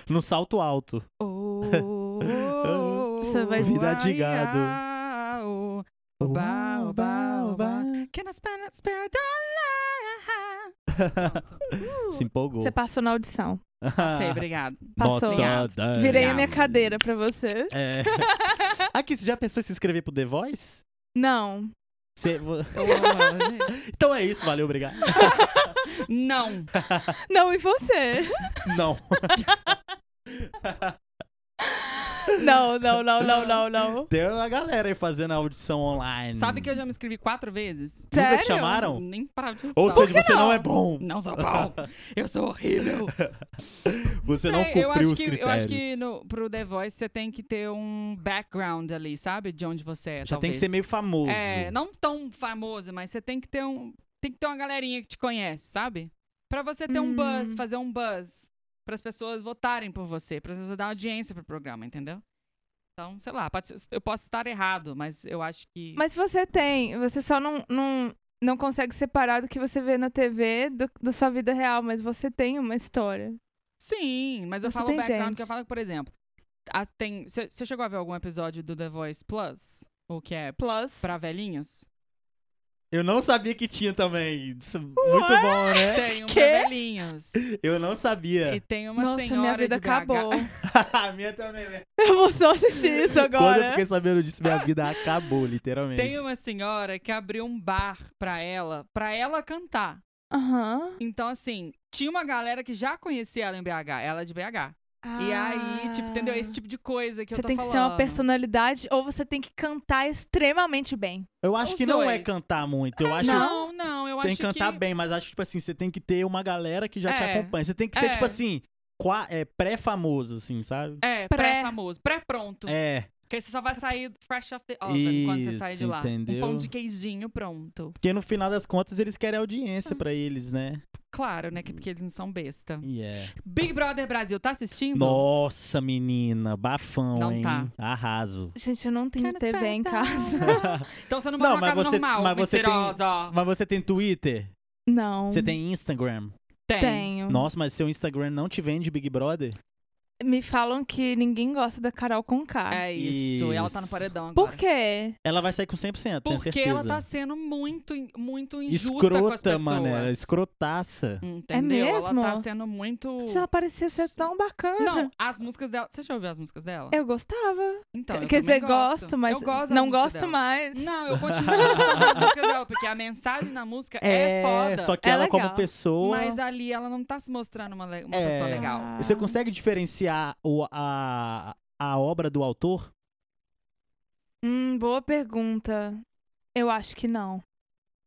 [SPEAKER 2] no salto alto.
[SPEAKER 1] Oh, oh,
[SPEAKER 3] Você vai-
[SPEAKER 2] Vida de
[SPEAKER 1] ai,
[SPEAKER 2] gado.
[SPEAKER 1] ah, oh. Oba, oba, oba. Can I spend a spirit
[SPEAKER 2] Se empolgou.
[SPEAKER 3] Você passou na audição.
[SPEAKER 2] Ah.
[SPEAKER 1] Sei, obrigado.
[SPEAKER 3] passou.
[SPEAKER 2] Botada.
[SPEAKER 3] Virei a
[SPEAKER 1] Obrigado.
[SPEAKER 3] minha cadeira pra você.
[SPEAKER 2] É. Aqui, você já pensou em se inscrever pro The Voice?
[SPEAKER 3] Não.
[SPEAKER 2] Você- vo-
[SPEAKER 1] Eu amo ela, gente.
[SPEAKER 2] Então é isso, valeu, obrigado.
[SPEAKER 1] Não.
[SPEAKER 3] Não, e você?
[SPEAKER 2] Não.
[SPEAKER 3] Não, não, não, não, não, não.
[SPEAKER 2] Tem a galera aí fazendo a audição online.
[SPEAKER 1] Sabe que eu já me inscrevi quatro vezes?
[SPEAKER 2] Nunca te
[SPEAKER 3] Sério?
[SPEAKER 2] chamaram?
[SPEAKER 1] Nem pra audição.
[SPEAKER 2] Ou seja, você não?
[SPEAKER 3] não?
[SPEAKER 2] é bom.
[SPEAKER 1] Não sou bom. Eu sou horrível.
[SPEAKER 2] Você não
[SPEAKER 1] Sei,
[SPEAKER 2] cumpriu
[SPEAKER 1] eu acho
[SPEAKER 2] os
[SPEAKER 1] que,
[SPEAKER 2] critérios.
[SPEAKER 1] Eu acho que no, pro The Voice você tem que ter um background ali, sabe? De onde você é,
[SPEAKER 2] Já tem que
[SPEAKER 1] talvez.
[SPEAKER 2] ser meio famoso.
[SPEAKER 1] É, não tão famoso, mas você tem que ter um... Tem que ter uma galerinha que te conhece, sabe? Pra você ter um
[SPEAKER 3] Hum.
[SPEAKER 1] buzz, fazer um buzz. Pras pessoas votarem por você. Pras pessoas dar audiência pro programa, entendeu? Então, sei lá, pode ser- eu posso estar errado, mas eu acho que...
[SPEAKER 3] Mas você tem, você só não, não, não consegue separar do que você vê na TV do, do sua vida real, mas você tem uma história.
[SPEAKER 1] Sim, mas eu
[SPEAKER 3] Você
[SPEAKER 1] falo
[SPEAKER 3] tem
[SPEAKER 1] background
[SPEAKER 3] gente.
[SPEAKER 1] que eu falo, por exemplo... a- tem- Você você chegou a ver algum episódio do The Voice Plus? O que é
[SPEAKER 3] Plus.
[SPEAKER 1] pra velhinhos?
[SPEAKER 2] Eu não sabia que tinha também. Isso é Muito bom, né?
[SPEAKER 1] Tem uma
[SPEAKER 3] Quê?
[SPEAKER 1] velhinhos.
[SPEAKER 2] Eu não sabia.
[SPEAKER 1] E tem uma
[SPEAKER 3] Nossa,
[SPEAKER 1] senhora
[SPEAKER 3] minha
[SPEAKER 1] de
[SPEAKER 3] vida
[SPEAKER 1] BH.
[SPEAKER 3] acabou.
[SPEAKER 2] a minha também, né?
[SPEAKER 3] Eu vou só assistir isso
[SPEAKER 2] Quando eu
[SPEAKER 3] agora.
[SPEAKER 2] fiquei sabendo disso, minha vida acabou, literalmente.
[SPEAKER 1] né? Tem uma senhora que abriu um bar pra ela, pra ela cantar.
[SPEAKER 3] Aham.
[SPEAKER 1] Então, assim, tinha uma galera que já conhecia ela em BH. Ela é de BH. E aí, tipo, entendeu?
[SPEAKER 2] Ah.
[SPEAKER 1] Esse tipo de coisa que
[SPEAKER 3] Você
[SPEAKER 1] eu tô
[SPEAKER 3] tem que
[SPEAKER 1] falando.
[SPEAKER 3] ser uma personalidade ou você tem que cantar extremamente bem.
[SPEAKER 2] Eu acho
[SPEAKER 1] Os
[SPEAKER 2] que não é
[SPEAKER 1] dois.
[SPEAKER 2] cantar muito. Eu acho
[SPEAKER 1] Não, não, eu
[SPEAKER 2] que tem
[SPEAKER 1] acho
[SPEAKER 2] que cantar
[SPEAKER 1] que...
[SPEAKER 2] bem, mas acho que, tipo assim, você tem que ter uma galera que já te
[SPEAKER 1] É.
[SPEAKER 2] acompanha. Você tem que ser,
[SPEAKER 1] É.
[SPEAKER 2] tipo assim, qua- é, pré-famoso, assim, sabe?
[SPEAKER 1] É,
[SPEAKER 3] Pré-
[SPEAKER 1] pré-famoso, pré-pronto.
[SPEAKER 2] É.
[SPEAKER 1] Porque você só vai sair fresh off the oven quando você sai de
[SPEAKER 2] Isso,
[SPEAKER 1] lá.
[SPEAKER 2] entendeu?
[SPEAKER 1] Um pão de queijinho pronto.
[SPEAKER 2] Porque no final das contas eles querem
[SPEAKER 1] Hum.
[SPEAKER 2] audiência pra eles, né? é.
[SPEAKER 1] Claro, né? que- Porque eles não são besta.
[SPEAKER 2] Yeah.
[SPEAKER 1] Big Brother Brasil, tá assistindo?
[SPEAKER 2] Nossa, menina, bafão,
[SPEAKER 1] Não
[SPEAKER 2] hein?
[SPEAKER 1] tá.
[SPEAKER 2] Arraso.
[SPEAKER 3] Gente, eu não tenho
[SPEAKER 1] Cara,
[SPEAKER 3] TV em
[SPEAKER 1] espera,
[SPEAKER 3] casa.
[SPEAKER 1] Então você não mora
[SPEAKER 2] Não,
[SPEAKER 1] numa
[SPEAKER 2] mas
[SPEAKER 1] casa
[SPEAKER 2] você-
[SPEAKER 1] normal,
[SPEAKER 2] mas você tem-
[SPEAKER 1] mentirosa.
[SPEAKER 2] Mas você tem Twitter?
[SPEAKER 3] Não.
[SPEAKER 2] Você tem Instagram?
[SPEAKER 1] Tem.
[SPEAKER 3] Tenho.
[SPEAKER 2] Nossa, mas seu Instagram não te vende Big Brother?
[SPEAKER 3] Me falam que ninguém gosta da Carol Conká.
[SPEAKER 1] É isso. E ela tá no
[SPEAKER 2] Isso.
[SPEAKER 1] paredão agora.
[SPEAKER 3] Por quê?
[SPEAKER 2] Ela vai sair com 100%, tenho
[SPEAKER 1] Porque
[SPEAKER 2] certeza.
[SPEAKER 1] ela tá sendo muito, in- muito injusta com as
[SPEAKER 2] Escrota,
[SPEAKER 1] pessoas.
[SPEAKER 2] mano. Ela é escrotaça.
[SPEAKER 1] Entendeu? Ela
[SPEAKER 3] É mesmo?
[SPEAKER 1] tá sendo muito...
[SPEAKER 3] Gente, ela parecia ser tão bacana.
[SPEAKER 1] Não, as músicas dela... Você já ouviu as músicas dela?
[SPEAKER 3] Eu gostava.
[SPEAKER 1] Então, eu
[SPEAKER 3] Quer dizer,
[SPEAKER 1] também
[SPEAKER 3] gosto, mas
[SPEAKER 1] eu gosto das
[SPEAKER 3] não
[SPEAKER 1] músicas
[SPEAKER 3] gosto
[SPEAKER 1] dela.
[SPEAKER 3] mais.
[SPEAKER 1] Não, eu continuo gostando das músicas dela, porque a mensagem na música é, foda.
[SPEAKER 2] só que
[SPEAKER 3] É
[SPEAKER 2] ela
[SPEAKER 3] legal.
[SPEAKER 2] como pessoa...
[SPEAKER 1] Mas ali ela não tá se mostrando uma, le- uma
[SPEAKER 2] É.
[SPEAKER 1] pessoa legal.
[SPEAKER 3] Ah.
[SPEAKER 2] Você consegue diferenciar o- a, a obra do autor?
[SPEAKER 3] Hum, boa pergunta. Eu acho que não.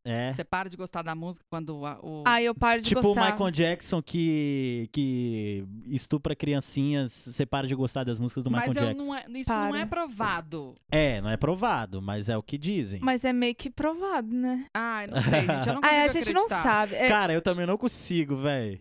[SPEAKER 2] É.
[SPEAKER 1] Você para de gostar da música quando a- o...
[SPEAKER 3] Aí eu paro de
[SPEAKER 2] Tipo o
[SPEAKER 3] gostar.
[SPEAKER 2] Michael Jackson que, que estupra criancinhas, você para de gostar das músicas do
[SPEAKER 1] Mas
[SPEAKER 2] Michael
[SPEAKER 1] eu
[SPEAKER 2] Jackson.
[SPEAKER 1] não é- isso não
[SPEAKER 3] Para.
[SPEAKER 1] é provado.
[SPEAKER 2] É, não é provado, mas é o que dizem.
[SPEAKER 3] Mas é meio que provado, né?
[SPEAKER 1] Ai, não sei, gente. Eu não consigo
[SPEAKER 3] Aí a gente não
[SPEAKER 1] acreditar.
[SPEAKER 3] sabe. É,
[SPEAKER 2] Cara, eu também não consigo, velho.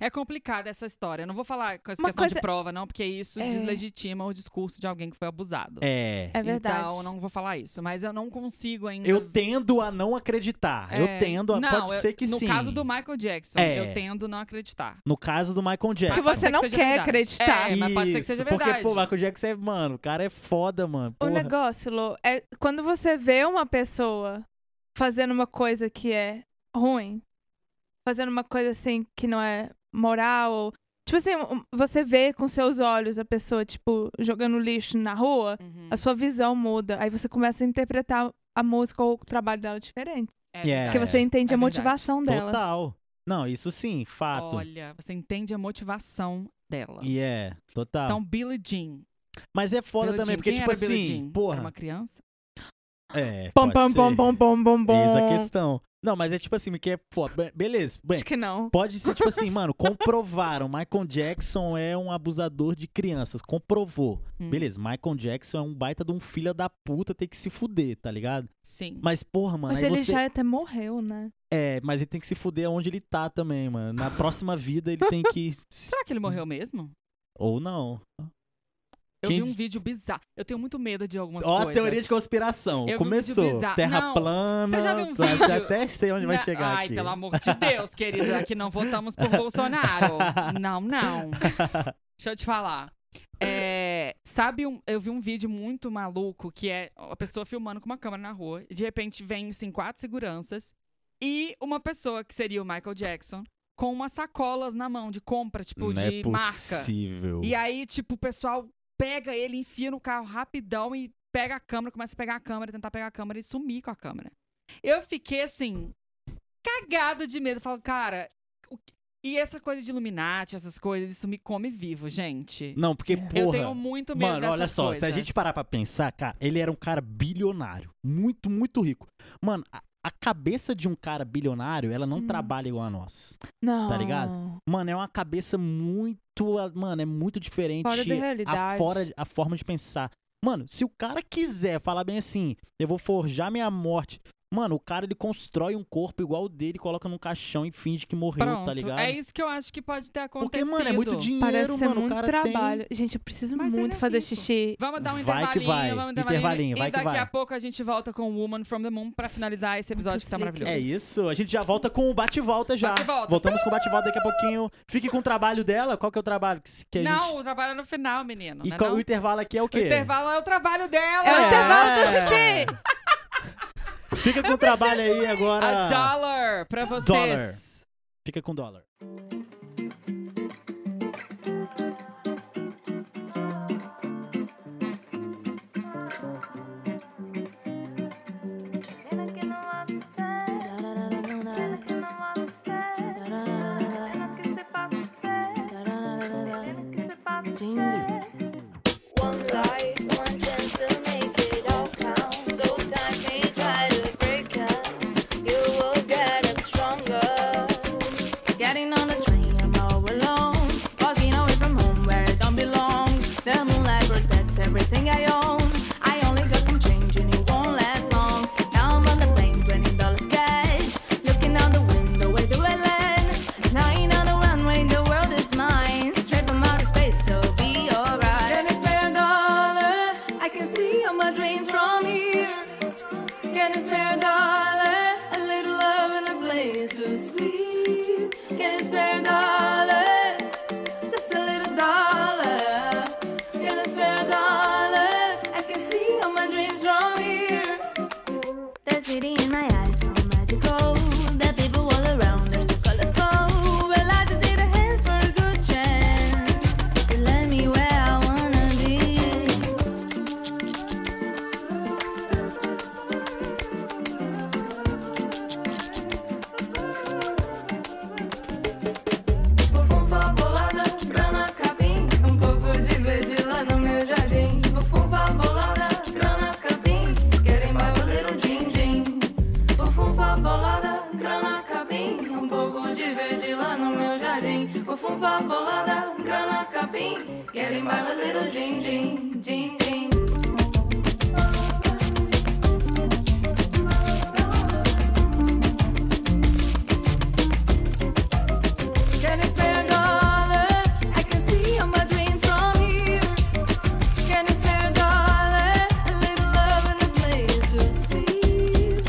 [SPEAKER 1] É complicada essa história. Eu não vou falar com essa
[SPEAKER 3] Uma
[SPEAKER 1] questão de
[SPEAKER 3] coisa-
[SPEAKER 1] prova, não, porque isso
[SPEAKER 3] É.
[SPEAKER 1] deslegitima o discurso de alguém que foi abusado.
[SPEAKER 2] É.
[SPEAKER 3] é verdade.
[SPEAKER 1] Então, eu não vou falar isso. Mas eu não consigo ainda.
[SPEAKER 2] Eu tendo a não acreditar.
[SPEAKER 1] É,
[SPEAKER 2] Eu tendo a.
[SPEAKER 1] não,
[SPEAKER 2] pode
[SPEAKER 1] eu-
[SPEAKER 2] ser que
[SPEAKER 1] no
[SPEAKER 2] sim.
[SPEAKER 1] No caso do Michael Jackson,
[SPEAKER 2] É.
[SPEAKER 1] eu tendo não acreditar.
[SPEAKER 2] No caso do Michael
[SPEAKER 1] Porque
[SPEAKER 3] Que
[SPEAKER 2] Jackson.
[SPEAKER 1] Pode
[SPEAKER 3] você
[SPEAKER 1] ser
[SPEAKER 3] não
[SPEAKER 1] que seja
[SPEAKER 3] quer
[SPEAKER 1] verdade.
[SPEAKER 3] acreditar.
[SPEAKER 1] É, mas pode ser que seja
[SPEAKER 2] Isso, Porque,
[SPEAKER 1] verdade.
[SPEAKER 2] pô, o Michael Jackson é, mano, o cara é foda, mano.
[SPEAKER 3] O
[SPEAKER 2] porra.
[SPEAKER 3] negócio, Lô, é quando você vê uma pessoa fazendo uma coisa que é ruim, fazendo uma coisa assim que não é moral, ou, tipo assim, um- você vê com seus olhos a pessoa, tipo, jogando lixo na rua,
[SPEAKER 1] Uhum.
[SPEAKER 3] a sua visão muda. Aí você começa a interpretar a música ou o trabalho dela diferente.
[SPEAKER 1] É
[SPEAKER 2] Yeah.
[SPEAKER 1] verdade.
[SPEAKER 3] Porque você entende
[SPEAKER 1] é verdade.
[SPEAKER 3] a motivação dela.
[SPEAKER 2] Total. Não, isso sim, fato.
[SPEAKER 1] Olha, você entende a motivação dela.
[SPEAKER 2] é E é, total.
[SPEAKER 1] Então, Billie Jean.
[SPEAKER 2] Mas é foda
[SPEAKER 1] Billie
[SPEAKER 2] também,
[SPEAKER 1] Jean.
[SPEAKER 2] porque,
[SPEAKER 1] Quem
[SPEAKER 2] tipo
[SPEAKER 1] era Billie
[SPEAKER 2] assim,
[SPEAKER 1] Jean? Era
[SPEAKER 2] porra.
[SPEAKER 1] uma criança?
[SPEAKER 2] É,
[SPEAKER 4] Pom,
[SPEAKER 2] pode
[SPEAKER 4] pom,
[SPEAKER 2] ser.
[SPEAKER 4] pom, pom, pom, pom, pom.
[SPEAKER 2] Eis a questão. Não, mas é tipo assim, que é foda. Be- Beleza. Bem,
[SPEAKER 4] Acho que não.
[SPEAKER 2] pode ser tipo assim, mano, comprovaram. Michael Jackson é um abusador de crianças. Comprovou.
[SPEAKER 1] Hum,
[SPEAKER 2] Beleza, Michael Jackson é um baita de um filho da puta, tem que se fuder, tá ligado?
[SPEAKER 1] Sim.
[SPEAKER 2] Mas, porra, mano,
[SPEAKER 4] Mas
[SPEAKER 2] aí
[SPEAKER 4] ele
[SPEAKER 2] você.
[SPEAKER 4] já até morreu, né?
[SPEAKER 2] É, mas ele tem que se fuder onde ele tá também, mano. Na próxima vida ele tem que.
[SPEAKER 1] Será que ele morreu mesmo?
[SPEAKER 2] Ou não.
[SPEAKER 1] Eu
[SPEAKER 2] Quem
[SPEAKER 1] vi um
[SPEAKER 2] di-
[SPEAKER 1] vídeo bizarro. Eu tenho muito medo de algumas
[SPEAKER 2] Ó,
[SPEAKER 1] coisas.
[SPEAKER 2] a teoria de conspiração.
[SPEAKER 1] Eu vi um vídeo
[SPEAKER 2] Começou.
[SPEAKER 1] bizarro.
[SPEAKER 2] Terra
[SPEAKER 1] Não,
[SPEAKER 2] plana.
[SPEAKER 1] você já viu um
[SPEAKER 2] tá-
[SPEAKER 1] vídeo?
[SPEAKER 2] Até sei onde vai
[SPEAKER 1] Na-
[SPEAKER 2] chegar
[SPEAKER 1] Ai,
[SPEAKER 2] aqui.
[SPEAKER 1] pelo amor de Deus, querido. Aqui não votamos por Bolsonaro. Não, não. Deixa eu te falar. É, sabe, um- eu vi um vídeo muito maluco que é a pessoa filmando com uma câmera na rua e de repente vem, assim, quatro seguranças e uma pessoa que seria o Michael Jackson com umas sacolas na mão de compra, tipo,
[SPEAKER 2] Não
[SPEAKER 1] de
[SPEAKER 2] é
[SPEAKER 1] marca.
[SPEAKER 2] possível.
[SPEAKER 1] E aí, tipo, o pessoal pega ele, enfia no carro rapidão e pega a câmera, começa a pegar a câmera, tentar pegar a câmera e sumir com a câmera. Eu fiquei assim, cagada de medo. Falo, cara, o que- e essa coisa de Illuminati, essas coisas, isso me come vivo, gente.
[SPEAKER 2] Não, porque, porra.
[SPEAKER 1] Eu tenho muito medo
[SPEAKER 2] Mano,
[SPEAKER 1] dessas
[SPEAKER 2] olha só, se a
[SPEAKER 1] coisas.
[SPEAKER 2] gente parar pra pensar, cara, ele era um cara bilionário. Muito, muito rico. Mano, a, a cabeça de um cara bilionário, ela não
[SPEAKER 1] Uhum.
[SPEAKER 4] Hum.
[SPEAKER 2] trabalha igual a nossa.
[SPEAKER 4] Não.
[SPEAKER 2] Tá ligado? Mano, é uma cabeça muito. a- Mano, é muito diferente
[SPEAKER 4] Fora da
[SPEAKER 2] a,
[SPEAKER 4] realidade.
[SPEAKER 2] fora, a forma de pensar. Mano, se o cara quiser falar bem assim, eu vou forjar minha morte. Mano, o cara ele constrói um corpo igual o dele, coloca num caixão e finge que morreu,
[SPEAKER 1] Pronto,
[SPEAKER 2] tá ligado?
[SPEAKER 1] é isso que eu acho que pode ter
[SPEAKER 2] Porque,
[SPEAKER 1] acontecido.
[SPEAKER 2] mano, é muito dinheiro,
[SPEAKER 4] Parece ser
[SPEAKER 2] mano. o
[SPEAKER 4] muito
[SPEAKER 2] cara
[SPEAKER 4] trabalho. Gente, eu preciso
[SPEAKER 1] Mas ele
[SPEAKER 4] muito
[SPEAKER 1] é
[SPEAKER 4] fazer
[SPEAKER 1] rico.
[SPEAKER 4] xixi.
[SPEAKER 1] Vamos dar um
[SPEAKER 2] Vai que
[SPEAKER 1] intervalinho,
[SPEAKER 2] vai.
[SPEAKER 1] vamos dar um intervalinho.
[SPEAKER 2] Intervalinho, vai
[SPEAKER 1] e
[SPEAKER 2] que
[SPEAKER 1] daqui
[SPEAKER 2] vai.
[SPEAKER 1] a pouco a gente volta com Woman from the Moon pra finalizar esse episódio que tá
[SPEAKER 4] Muito
[SPEAKER 2] tem.
[SPEAKER 1] maravilhoso.
[SPEAKER 2] É isso. A gente já volta com o bate-volta já.
[SPEAKER 1] Bate-volta.
[SPEAKER 2] Voltamos com o bate-volta daqui a pouquinho. Fique com o trabalho dela. Qual que é o trabalho que, que a
[SPEAKER 1] não,
[SPEAKER 2] gente...
[SPEAKER 1] o trabalho é no final, menino.
[SPEAKER 2] E
[SPEAKER 1] né
[SPEAKER 2] qual-
[SPEAKER 1] não?
[SPEAKER 2] o intervalo aqui é o
[SPEAKER 1] O
[SPEAKER 2] quê?
[SPEAKER 1] intervalo é o trabalho dela.
[SPEAKER 4] É o intervalo do
[SPEAKER 2] É.
[SPEAKER 4] xixi!
[SPEAKER 2] Fica com o trabalho aí
[SPEAKER 1] A
[SPEAKER 2] agora.
[SPEAKER 1] dollar pra vocês.
[SPEAKER 2] Ah. Dollar. Fica com o dólar.
[SPEAKER 6] One life, one chance to make it all count. Those times we try to break us, you will get us stronger.
[SPEAKER 7] Getting on the train, I'm all alone. Walking away from home where I don't belong. The moonlight protects everything I own. I only got some change and it won't last long. Now I'm on the plane, twenty dollars cash. Looking out the window, where do I land? Lying on the runway, the world is mine. Straight from outer space, so be alright. Can I spare a dollar? I can see all my dreams from here. Can you spare a dollar? A little love and a place to sleep. Can you spare a dollar? Just a little dollar. Can you spare a dollar? I can see all my dreams from here. The city in my eyes, so magical. The people all around are so colorful. Well, I just need a hand for a good chance to land me where I wanna be. Vou funfar bolada, grana capim, um pouco de verde lá no meu jardim. Vou funfar bolada, grana capim, querem babulir um din-din. Vou funfar bolada, grana capim, um pouco de verde lá no meu jardim. Vou funfar bolada, grana capim, querem babulir um din-din, din-din. Can you spare a dollar? I can see all my dreams from here. Can you spare a dollar? A little love and a place to sleep.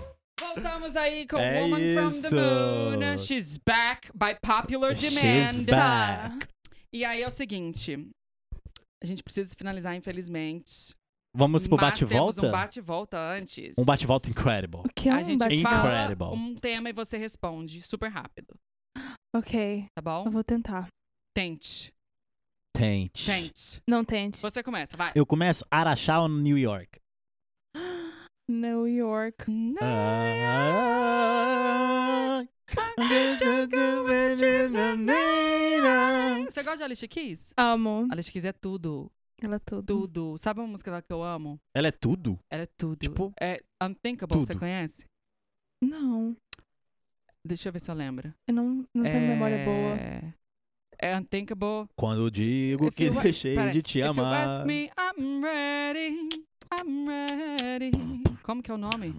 [SPEAKER 1] Miracle
[SPEAKER 2] É
[SPEAKER 1] Woman from the
[SPEAKER 2] isso.
[SPEAKER 1] Moon. She's back by popular demand.
[SPEAKER 2] She's back.
[SPEAKER 1] E aí é o seguinte. A gente precisa finalizar, infelizmente.
[SPEAKER 2] Vamos pro
[SPEAKER 1] mas
[SPEAKER 2] bate-volta?
[SPEAKER 1] Temos um bate-volta antes.
[SPEAKER 2] Um bate-volta incredible.
[SPEAKER 3] O que é
[SPEAKER 1] a
[SPEAKER 3] um
[SPEAKER 1] gente
[SPEAKER 3] bate
[SPEAKER 1] fala
[SPEAKER 2] Incredible.
[SPEAKER 1] um tema e você responde super rápido,
[SPEAKER 3] Ok,
[SPEAKER 1] tá bom?
[SPEAKER 3] eu vou tentar.
[SPEAKER 1] Tente,
[SPEAKER 2] Tente.
[SPEAKER 1] tente.
[SPEAKER 3] Não tente.
[SPEAKER 1] Você começa, vai.
[SPEAKER 2] Eu começo Araxá ou New York?
[SPEAKER 3] New York.
[SPEAKER 2] Ah,
[SPEAKER 1] Você gosta de Alicia Keys?
[SPEAKER 3] Amo.
[SPEAKER 1] Alicia Keys é tudo,
[SPEAKER 3] Ela é tudo.
[SPEAKER 1] tudo. Sabe uma música lá que eu amo?
[SPEAKER 2] Ela é tudo?
[SPEAKER 1] Ela é tudo.
[SPEAKER 2] Tipo,
[SPEAKER 1] é Unthinkable, você
[SPEAKER 2] tudo.
[SPEAKER 1] conhece?
[SPEAKER 3] Não,
[SPEAKER 1] Deixa eu ver se eu lembro.
[SPEAKER 3] eu não, não tenho memória boa.
[SPEAKER 1] É Unthinkable.
[SPEAKER 2] Quando eu digo
[SPEAKER 1] If
[SPEAKER 2] que
[SPEAKER 1] you wa-
[SPEAKER 2] deixei
[SPEAKER 1] pera,
[SPEAKER 2] de te
[SPEAKER 1] If you
[SPEAKER 2] amar.
[SPEAKER 1] ask me, I'm ready, I'm ready. Como que é o nome?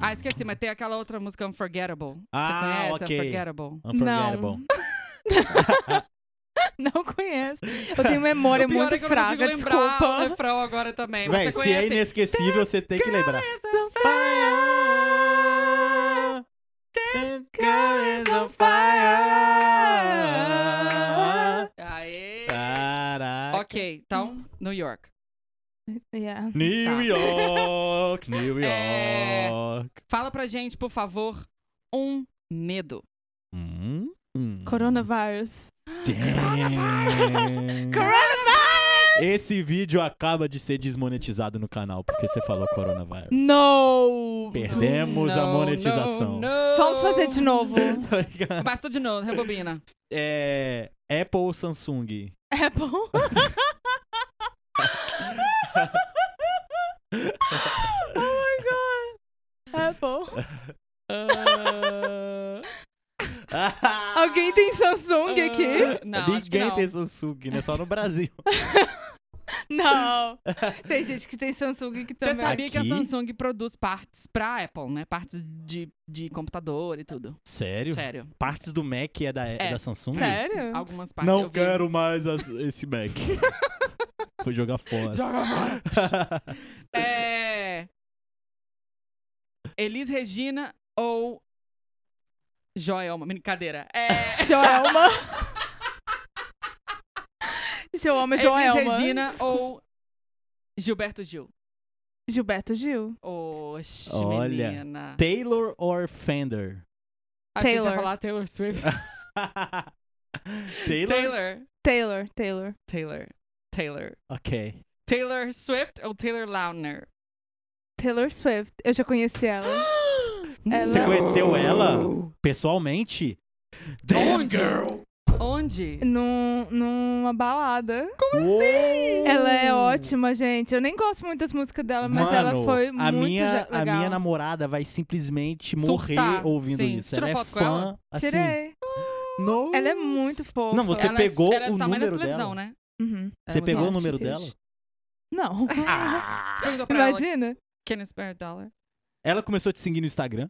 [SPEAKER 1] Ah, esqueci, mas tem aquela outra música Unforgettable.
[SPEAKER 2] Ah,
[SPEAKER 1] você conhece
[SPEAKER 2] ok.
[SPEAKER 1] Unforgettable?
[SPEAKER 2] Unforgettable.
[SPEAKER 3] Não conheço. Eu tenho memória
[SPEAKER 1] O pior
[SPEAKER 3] muito
[SPEAKER 1] é que eu não
[SPEAKER 3] fraca,
[SPEAKER 1] consigo lembrar o
[SPEAKER 3] desculpa.
[SPEAKER 1] refrão agora também.
[SPEAKER 2] Véi,
[SPEAKER 1] Mas você
[SPEAKER 2] se é
[SPEAKER 1] conhece?
[SPEAKER 2] inesquecível, você tem que lembrar. Fire, girl is on fire.
[SPEAKER 1] Aê!
[SPEAKER 2] Caraca.
[SPEAKER 1] Ok, então, New York.
[SPEAKER 3] Yeah.
[SPEAKER 2] New
[SPEAKER 1] Tá.
[SPEAKER 2] York, New York.
[SPEAKER 1] É. Fala pra gente, por favor, um medo.
[SPEAKER 2] Hum, hum.
[SPEAKER 3] Coronavírus.
[SPEAKER 2] Damn. Esse vídeo acaba de ser desmonetizado no canal porque você falou coronavírus.
[SPEAKER 3] No!
[SPEAKER 2] Perdemos a
[SPEAKER 1] Uh! Não,
[SPEAKER 2] monetização.
[SPEAKER 1] não, não.
[SPEAKER 3] Vamos fazer de novo.
[SPEAKER 1] Oh.
[SPEAKER 2] Tá ligado?
[SPEAKER 1] Basta de novo, rebobina.
[SPEAKER 2] É, Apple ou Samsung?
[SPEAKER 3] É bom? oh my god. É bom. Alguém tem Samsung aqui?
[SPEAKER 1] Não, acho que
[SPEAKER 2] Ninguém
[SPEAKER 1] não.
[SPEAKER 2] tem Samsung, né? Só no Brasil.
[SPEAKER 3] Não. Tem gente que tem Samsung que
[SPEAKER 1] Ah. Você
[SPEAKER 3] também.
[SPEAKER 1] sabia que a
[SPEAKER 2] Aqui?
[SPEAKER 1] Samsung produz partes pra Apple, né? Partes de, de computador e tudo.
[SPEAKER 2] Sério?
[SPEAKER 1] Sério.
[SPEAKER 2] Partes do Mac é da, é
[SPEAKER 1] É.
[SPEAKER 2] da Samsung?
[SPEAKER 3] Sério?
[SPEAKER 1] Algumas partes
[SPEAKER 2] Não
[SPEAKER 1] eu vi.
[SPEAKER 2] quero mais as- esse Mac. Vou jogar fora.
[SPEAKER 1] Joga fora. É... Elis Regina ou Joelma? Brincadeira. É...
[SPEAKER 3] Joelma. Joelma, Joelma.
[SPEAKER 1] Elis Regina ou Gilberto Gil?
[SPEAKER 3] Gilberto Gil.
[SPEAKER 1] Oxi,
[SPEAKER 2] Olha,
[SPEAKER 1] menina.
[SPEAKER 2] Taylor or Fender?
[SPEAKER 1] Achei que você ia
[SPEAKER 3] Taylor.
[SPEAKER 1] falar Taylor Swift.
[SPEAKER 2] Taylor?
[SPEAKER 1] Taylor.
[SPEAKER 3] Taylor, Taylor.
[SPEAKER 1] Taylor. Taylor.
[SPEAKER 2] Ok.
[SPEAKER 1] Taylor Swift ou Taylor Lautner?
[SPEAKER 3] Taylor Swift. Eu já conheci ela. Ela-
[SPEAKER 2] Você conheceu ela pessoalmente? Damn,
[SPEAKER 1] Onde?
[SPEAKER 2] girl!
[SPEAKER 1] Onde?
[SPEAKER 3] Num, numa balada.
[SPEAKER 2] Como assim?
[SPEAKER 3] Ela é ótima, gente. Eu nem gosto muito das músicas dela, mas ela foi
[SPEAKER 2] a
[SPEAKER 3] muito
[SPEAKER 2] minha,
[SPEAKER 3] ge-
[SPEAKER 2] A
[SPEAKER 3] legal.
[SPEAKER 2] minha namorada vai simplesmente morrer
[SPEAKER 1] Surtar,
[SPEAKER 2] ouvindo
[SPEAKER 1] sim.
[SPEAKER 2] isso.
[SPEAKER 1] Tirou
[SPEAKER 2] ela é
[SPEAKER 1] foto com
[SPEAKER 2] fã,
[SPEAKER 1] ela?
[SPEAKER 2] assim.
[SPEAKER 3] Tirei.
[SPEAKER 2] nossa.
[SPEAKER 3] Ela é muito fofa.
[SPEAKER 2] Não, você
[SPEAKER 1] ela
[SPEAKER 2] pegou
[SPEAKER 1] era
[SPEAKER 2] o
[SPEAKER 1] do tamanho
[SPEAKER 2] número
[SPEAKER 1] da televisão,
[SPEAKER 2] dela?
[SPEAKER 1] né?
[SPEAKER 3] Uhum.
[SPEAKER 2] Você
[SPEAKER 1] muito
[SPEAKER 2] pegou o
[SPEAKER 1] alta.
[SPEAKER 2] número
[SPEAKER 3] Sim.
[SPEAKER 2] dela? Ah,
[SPEAKER 3] Não.
[SPEAKER 1] Você perguntou pra ela,
[SPEAKER 3] Imagina.
[SPEAKER 1] can you spare a dollar?
[SPEAKER 2] Ela começou a te seguir no Instagram?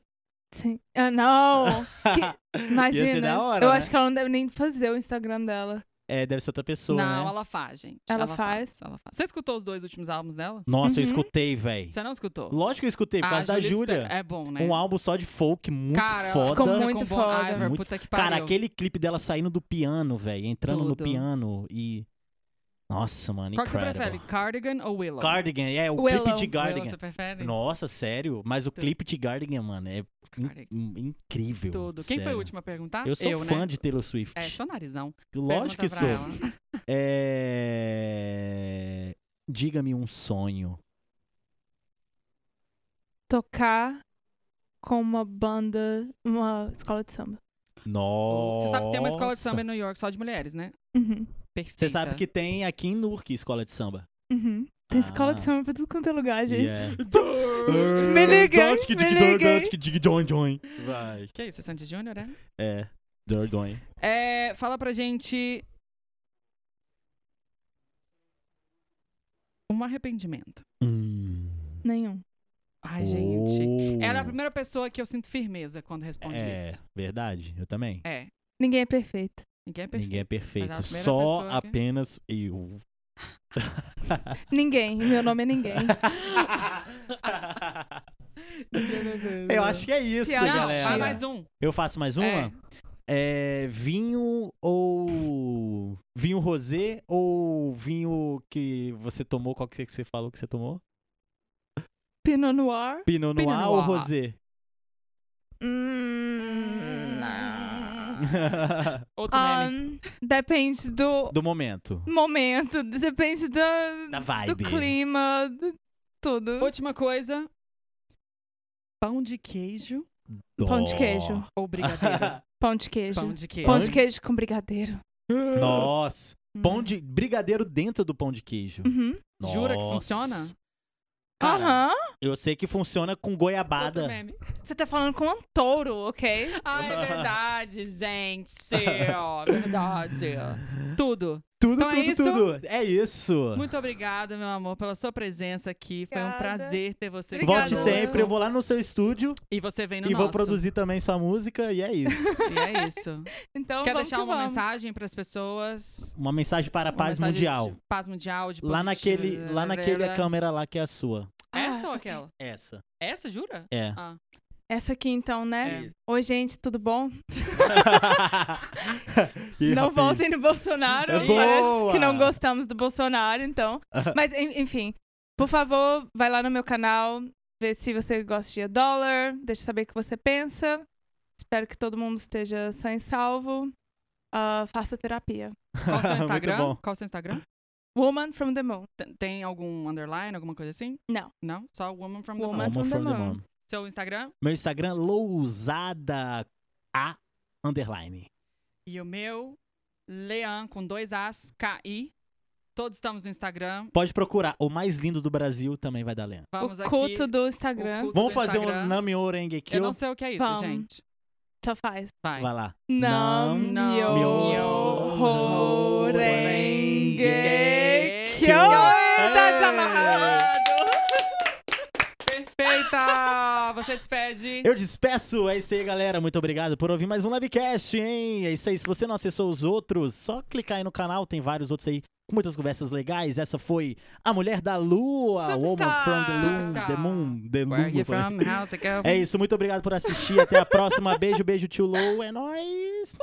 [SPEAKER 3] Sim. Ah, não. Que- Imagina.
[SPEAKER 2] Ia ser da hora,
[SPEAKER 3] Eu
[SPEAKER 2] né?
[SPEAKER 3] acho que ela não deve nem fazer o Instagram dela.
[SPEAKER 2] É, deve ser outra pessoa,
[SPEAKER 1] não,
[SPEAKER 2] né?
[SPEAKER 1] ela faz, gente.
[SPEAKER 3] Ela
[SPEAKER 1] ela faz. Você escutou os dois últimos álbuns dela?
[SPEAKER 2] Nossa, eu
[SPEAKER 3] Uhum.
[SPEAKER 2] escutei, véi.
[SPEAKER 1] Você não escutou?
[SPEAKER 2] Lógico que eu escutei, por
[SPEAKER 1] é A
[SPEAKER 2] causa da
[SPEAKER 1] Julia
[SPEAKER 2] Júlia.
[SPEAKER 1] Sta- É bom, né?
[SPEAKER 2] Um álbum só de folk muito
[SPEAKER 1] Cara, ela
[SPEAKER 2] foda.
[SPEAKER 3] Ficou
[SPEAKER 1] canta
[SPEAKER 3] muito
[SPEAKER 1] com Bon
[SPEAKER 3] foda.
[SPEAKER 1] Iver,
[SPEAKER 2] Muito-
[SPEAKER 1] puta que pariu.
[SPEAKER 2] Cara, aquele clipe dela saindo do piano, velho. Entrando no
[SPEAKER 1] Tudo.
[SPEAKER 2] piano e. Nossa, mano,
[SPEAKER 1] Qual que você
[SPEAKER 2] incredible.
[SPEAKER 1] prefere, Cardigan ou Willow?
[SPEAKER 2] Cardigan, é, o
[SPEAKER 3] Willow.
[SPEAKER 2] clipe de
[SPEAKER 1] Willow,
[SPEAKER 2] Cardigan.
[SPEAKER 1] você prefere?
[SPEAKER 2] Nossa, sério? Mas o
[SPEAKER 1] Né? Tudo.
[SPEAKER 2] clipe de Cardigan, mano, é in-
[SPEAKER 1] Cardigan.
[SPEAKER 2] in- incrível.
[SPEAKER 1] Tudo. Quem foi
[SPEAKER 2] sério.
[SPEAKER 1] o último a perguntar?
[SPEAKER 2] Eu sou fã
[SPEAKER 1] né?
[SPEAKER 2] de Taylor Swift.
[SPEAKER 1] É, só narizão.
[SPEAKER 2] Lógico que sou.
[SPEAKER 1] Pergunta pra ela.
[SPEAKER 2] É... Diga-me um sonho.
[SPEAKER 3] Tocar com uma banda, uma escola de samba.
[SPEAKER 2] Nossa.
[SPEAKER 1] Você sabe que tem uma escola de samba em New York só de mulheres, né?
[SPEAKER 3] Uhum.
[SPEAKER 1] Perfeita.
[SPEAKER 2] Você sabe que tem aqui em Newark escola de samba.
[SPEAKER 3] Uhum. Tem escola
[SPEAKER 2] Ah.
[SPEAKER 3] de samba pra tudo quanto é lugar, gente.
[SPEAKER 2] Yeah.
[SPEAKER 3] Me liguem, me liguem.
[SPEAKER 2] Vai.
[SPEAKER 1] Que isso, é Sandy Júnior, né?
[SPEAKER 2] É. Dordoin.
[SPEAKER 1] É, fala pra gente... Um arrependimento.
[SPEAKER 2] Hum.
[SPEAKER 3] Nenhum.
[SPEAKER 1] Ai, gente.
[SPEAKER 2] Oh.
[SPEAKER 1] Era a primeira pessoa que eu sinto firmeza quando responde
[SPEAKER 2] É,
[SPEAKER 1] isso.
[SPEAKER 2] verdade. Eu também.
[SPEAKER 1] É.
[SPEAKER 3] Ninguém é perfeito.
[SPEAKER 1] Ninguém é perfeito.
[SPEAKER 2] Ninguém é perfeito.
[SPEAKER 1] Mas a primeira
[SPEAKER 2] Só
[SPEAKER 1] pessoa que-
[SPEAKER 2] apenas eu.
[SPEAKER 3] é Ninguém. Meu nome é ninguém.
[SPEAKER 2] Eu acho que é isso,
[SPEAKER 3] Piada
[SPEAKER 1] Não,
[SPEAKER 2] galera.
[SPEAKER 1] vai mais um.
[SPEAKER 2] Eu faço mais uma? É, vinho ou. Vinho rosé ou vinho que você tomou? Qual que é que você falou que você tomou?
[SPEAKER 3] Pinot Noir.
[SPEAKER 2] Pinot Noir,
[SPEAKER 1] Pinot
[SPEAKER 2] ou
[SPEAKER 1] Noir.
[SPEAKER 2] rosé?
[SPEAKER 3] Hum,
[SPEAKER 1] Outro
[SPEAKER 2] é,
[SPEAKER 3] ah,
[SPEAKER 1] meme.
[SPEAKER 3] depende do
[SPEAKER 2] Do momento.
[SPEAKER 3] momento, depende do,
[SPEAKER 2] Da
[SPEAKER 3] do
[SPEAKER 2] vibe. né?
[SPEAKER 3] clima, de tudo.
[SPEAKER 1] Última coisa. Pão de queijo
[SPEAKER 3] Pão de
[SPEAKER 2] Dó.
[SPEAKER 3] queijo.
[SPEAKER 1] ou brigadeiro?
[SPEAKER 3] Pão de queijo.
[SPEAKER 1] pão de queijo.
[SPEAKER 3] Pão de queijo com brigadeiro.
[SPEAKER 2] Nossa. Pão de. Brigadeiro dentro do pão de queijo.
[SPEAKER 3] Uhum.
[SPEAKER 1] Jura que
[SPEAKER 2] Nossa.
[SPEAKER 1] funciona?
[SPEAKER 2] Cara,
[SPEAKER 3] Aham.
[SPEAKER 2] Eu sei que funciona com
[SPEAKER 1] Outro
[SPEAKER 2] goiabada.
[SPEAKER 1] meme.
[SPEAKER 3] Você tá falando com um touro, ok?
[SPEAKER 1] Ah, é verdade, gente. Ó, É verdade. Tudo.
[SPEAKER 2] Tudo,
[SPEAKER 1] Então é
[SPEAKER 2] tudo,
[SPEAKER 1] isso?
[SPEAKER 2] tudo. É isso.
[SPEAKER 1] Muito obrigada, meu amor, pela sua presença aqui. Foi um
[SPEAKER 3] Obrigada.
[SPEAKER 1] prazer ter você aqui.
[SPEAKER 3] Obrigada.
[SPEAKER 2] Volte
[SPEAKER 1] conosco.
[SPEAKER 2] sempre, eu vou lá no seu estúdio
[SPEAKER 1] E você vem no
[SPEAKER 2] e vou
[SPEAKER 1] nosso.
[SPEAKER 2] produzir também sua música e é isso.
[SPEAKER 1] E é isso.
[SPEAKER 3] Então
[SPEAKER 1] Quer
[SPEAKER 3] vamos
[SPEAKER 1] deixar
[SPEAKER 3] que
[SPEAKER 1] uma
[SPEAKER 3] vamos.
[SPEAKER 1] mensagem para as pessoas?
[SPEAKER 2] Uma mensagem para a
[SPEAKER 1] Uma
[SPEAKER 2] paz
[SPEAKER 1] mensagem
[SPEAKER 2] mundial.
[SPEAKER 1] de paz mundial, de é
[SPEAKER 2] Lá naquele, lá naquele
[SPEAKER 1] positividade.
[SPEAKER 2] câmera lá que é a sua.
[SPEAKER 1] Essa
[SPEAKER 3] Ah,
[SPEAKER 1] ou
[SPEAKER 3] ok.
[SPEAKER 1] aquela?
[SPEAKER 2] Essa.
[SPEAKER 1] Essa, jura?
[SPEAKER 2] É.
[SPEAKER 1] Ah.
[SPEAKER 3] Essa aqui então, né?
[SPEAKER 1] É.
[SPEAKER 3] Oi, gente, tudo bom?
[SPEAKER 2] Ih,
[SPEAKER 3] não
[SPEAKER 2] rapaz.
[SPEAKER 3] voltem no Bolsonaro.
[SPEAKER 2] É boa!
[SPEAKER 3] Parece que não gostamos do Bolsonaro, então. Mas, en- enfim, por favor, vai lá no meu canal, vê se você gosta de dólar, deixa eu saber o que você pensa. Espero que todo mundo esteja sã e salvo. Ah, faça terapia.
[SPEAKER 1] Qual o seu
[SPEAKER 2] Muito
[SPEAKER 1] Instagram?
[SPEAKER 2] bom.
[SPEAKER 1] Qual o seu Instagram?
[SPEAKER 3] Woman from the Moon.
[SPEAKER 1] Tem- Tem algum underline, alguma coisa assim?
[SPEAKER 3] Não.
[SPEAKER 1] Não? Só Woman from the Moon.
[SPEAKER 3] Woman.
[SPEAKER 2] Uma
[SPEAKER 3] from the
[SPEAKER 2] from the
[SPEAKER 3] moon.
[SPEAKER 2] moon.
[SPEAKER 1] Seu Instagram?
[SPEAKER 2] Meu Instagram, lousada a underline.
[SPEAKER 1] E o meu, Lean, com dois As, K-I. Todos estamos no Instagram.
[SPEAKER 2] Pode procurar. O mais lindo do Brasil também vai dar lenda.
[SPEAKER 1] Vamos
[SPEAKER 3] o
[SPEAKER 1] aqui.
[SPEAKER 3] culto do
[SPEAKER 1] o
[SPEAKER 3] Instagram.
[SPEAKER 1] culto
[SPEAKER 2] Vamos
[SPEAKER 1] do
[SPEAKER 2] fazer
[SPEAKER 1] Instagram.
[SPEAKER 2] um Namyo Renge
[SPEAKER 1] Eu
[SPEAKER 2] Kyo?
[SPEAKER 1] não sei o que é isso,
[SPEAKER 3] Vamos.
[SPEAKER 1] gente.
[SPEAKER 3] Só faz.
[SPEAKER 1] Vai.
[SPEAKER 2] Vai lá.
[SPEAKER 3] Nam
[SPEAKER 1] Nam
[SPEAKER 3] myoho
[SPEAKER 1] myoho
[SPEAKER 3] renge
[SPEAKER 1] renge
[SPEAKER 3] kyo.
[SPEAKER 1] kyo.
[SPEAKER 3] Tá desamarrado.
[SPEAKER 1] Perfeita! Você despede.
[SPEAKER 2] Eu despeço, é isso aí, galera. Muito obrigado por ouvir mais um livecast, hein? É isso aí. Se você não acessou os outros, só clicar aí no canal, tem vários outros aí com muitas conversas legais. Essa foi A Mulher da Lua,
[SPEAKER 3] Superstar.
[SPEAKER 2] Woman from
[SPEAKER 1] Superstar.
[SPEAKER 2] the Moon, The Moon, The
[SPEAKER 1] Where
[SPEAKER 2] Moon.
[SPEAKER 1] you from? How's it going?
[SPEAKER 2] É isso, muito obrigado por assistir. Até a próxima. Beijo, beijo, tio Lou. É nóis.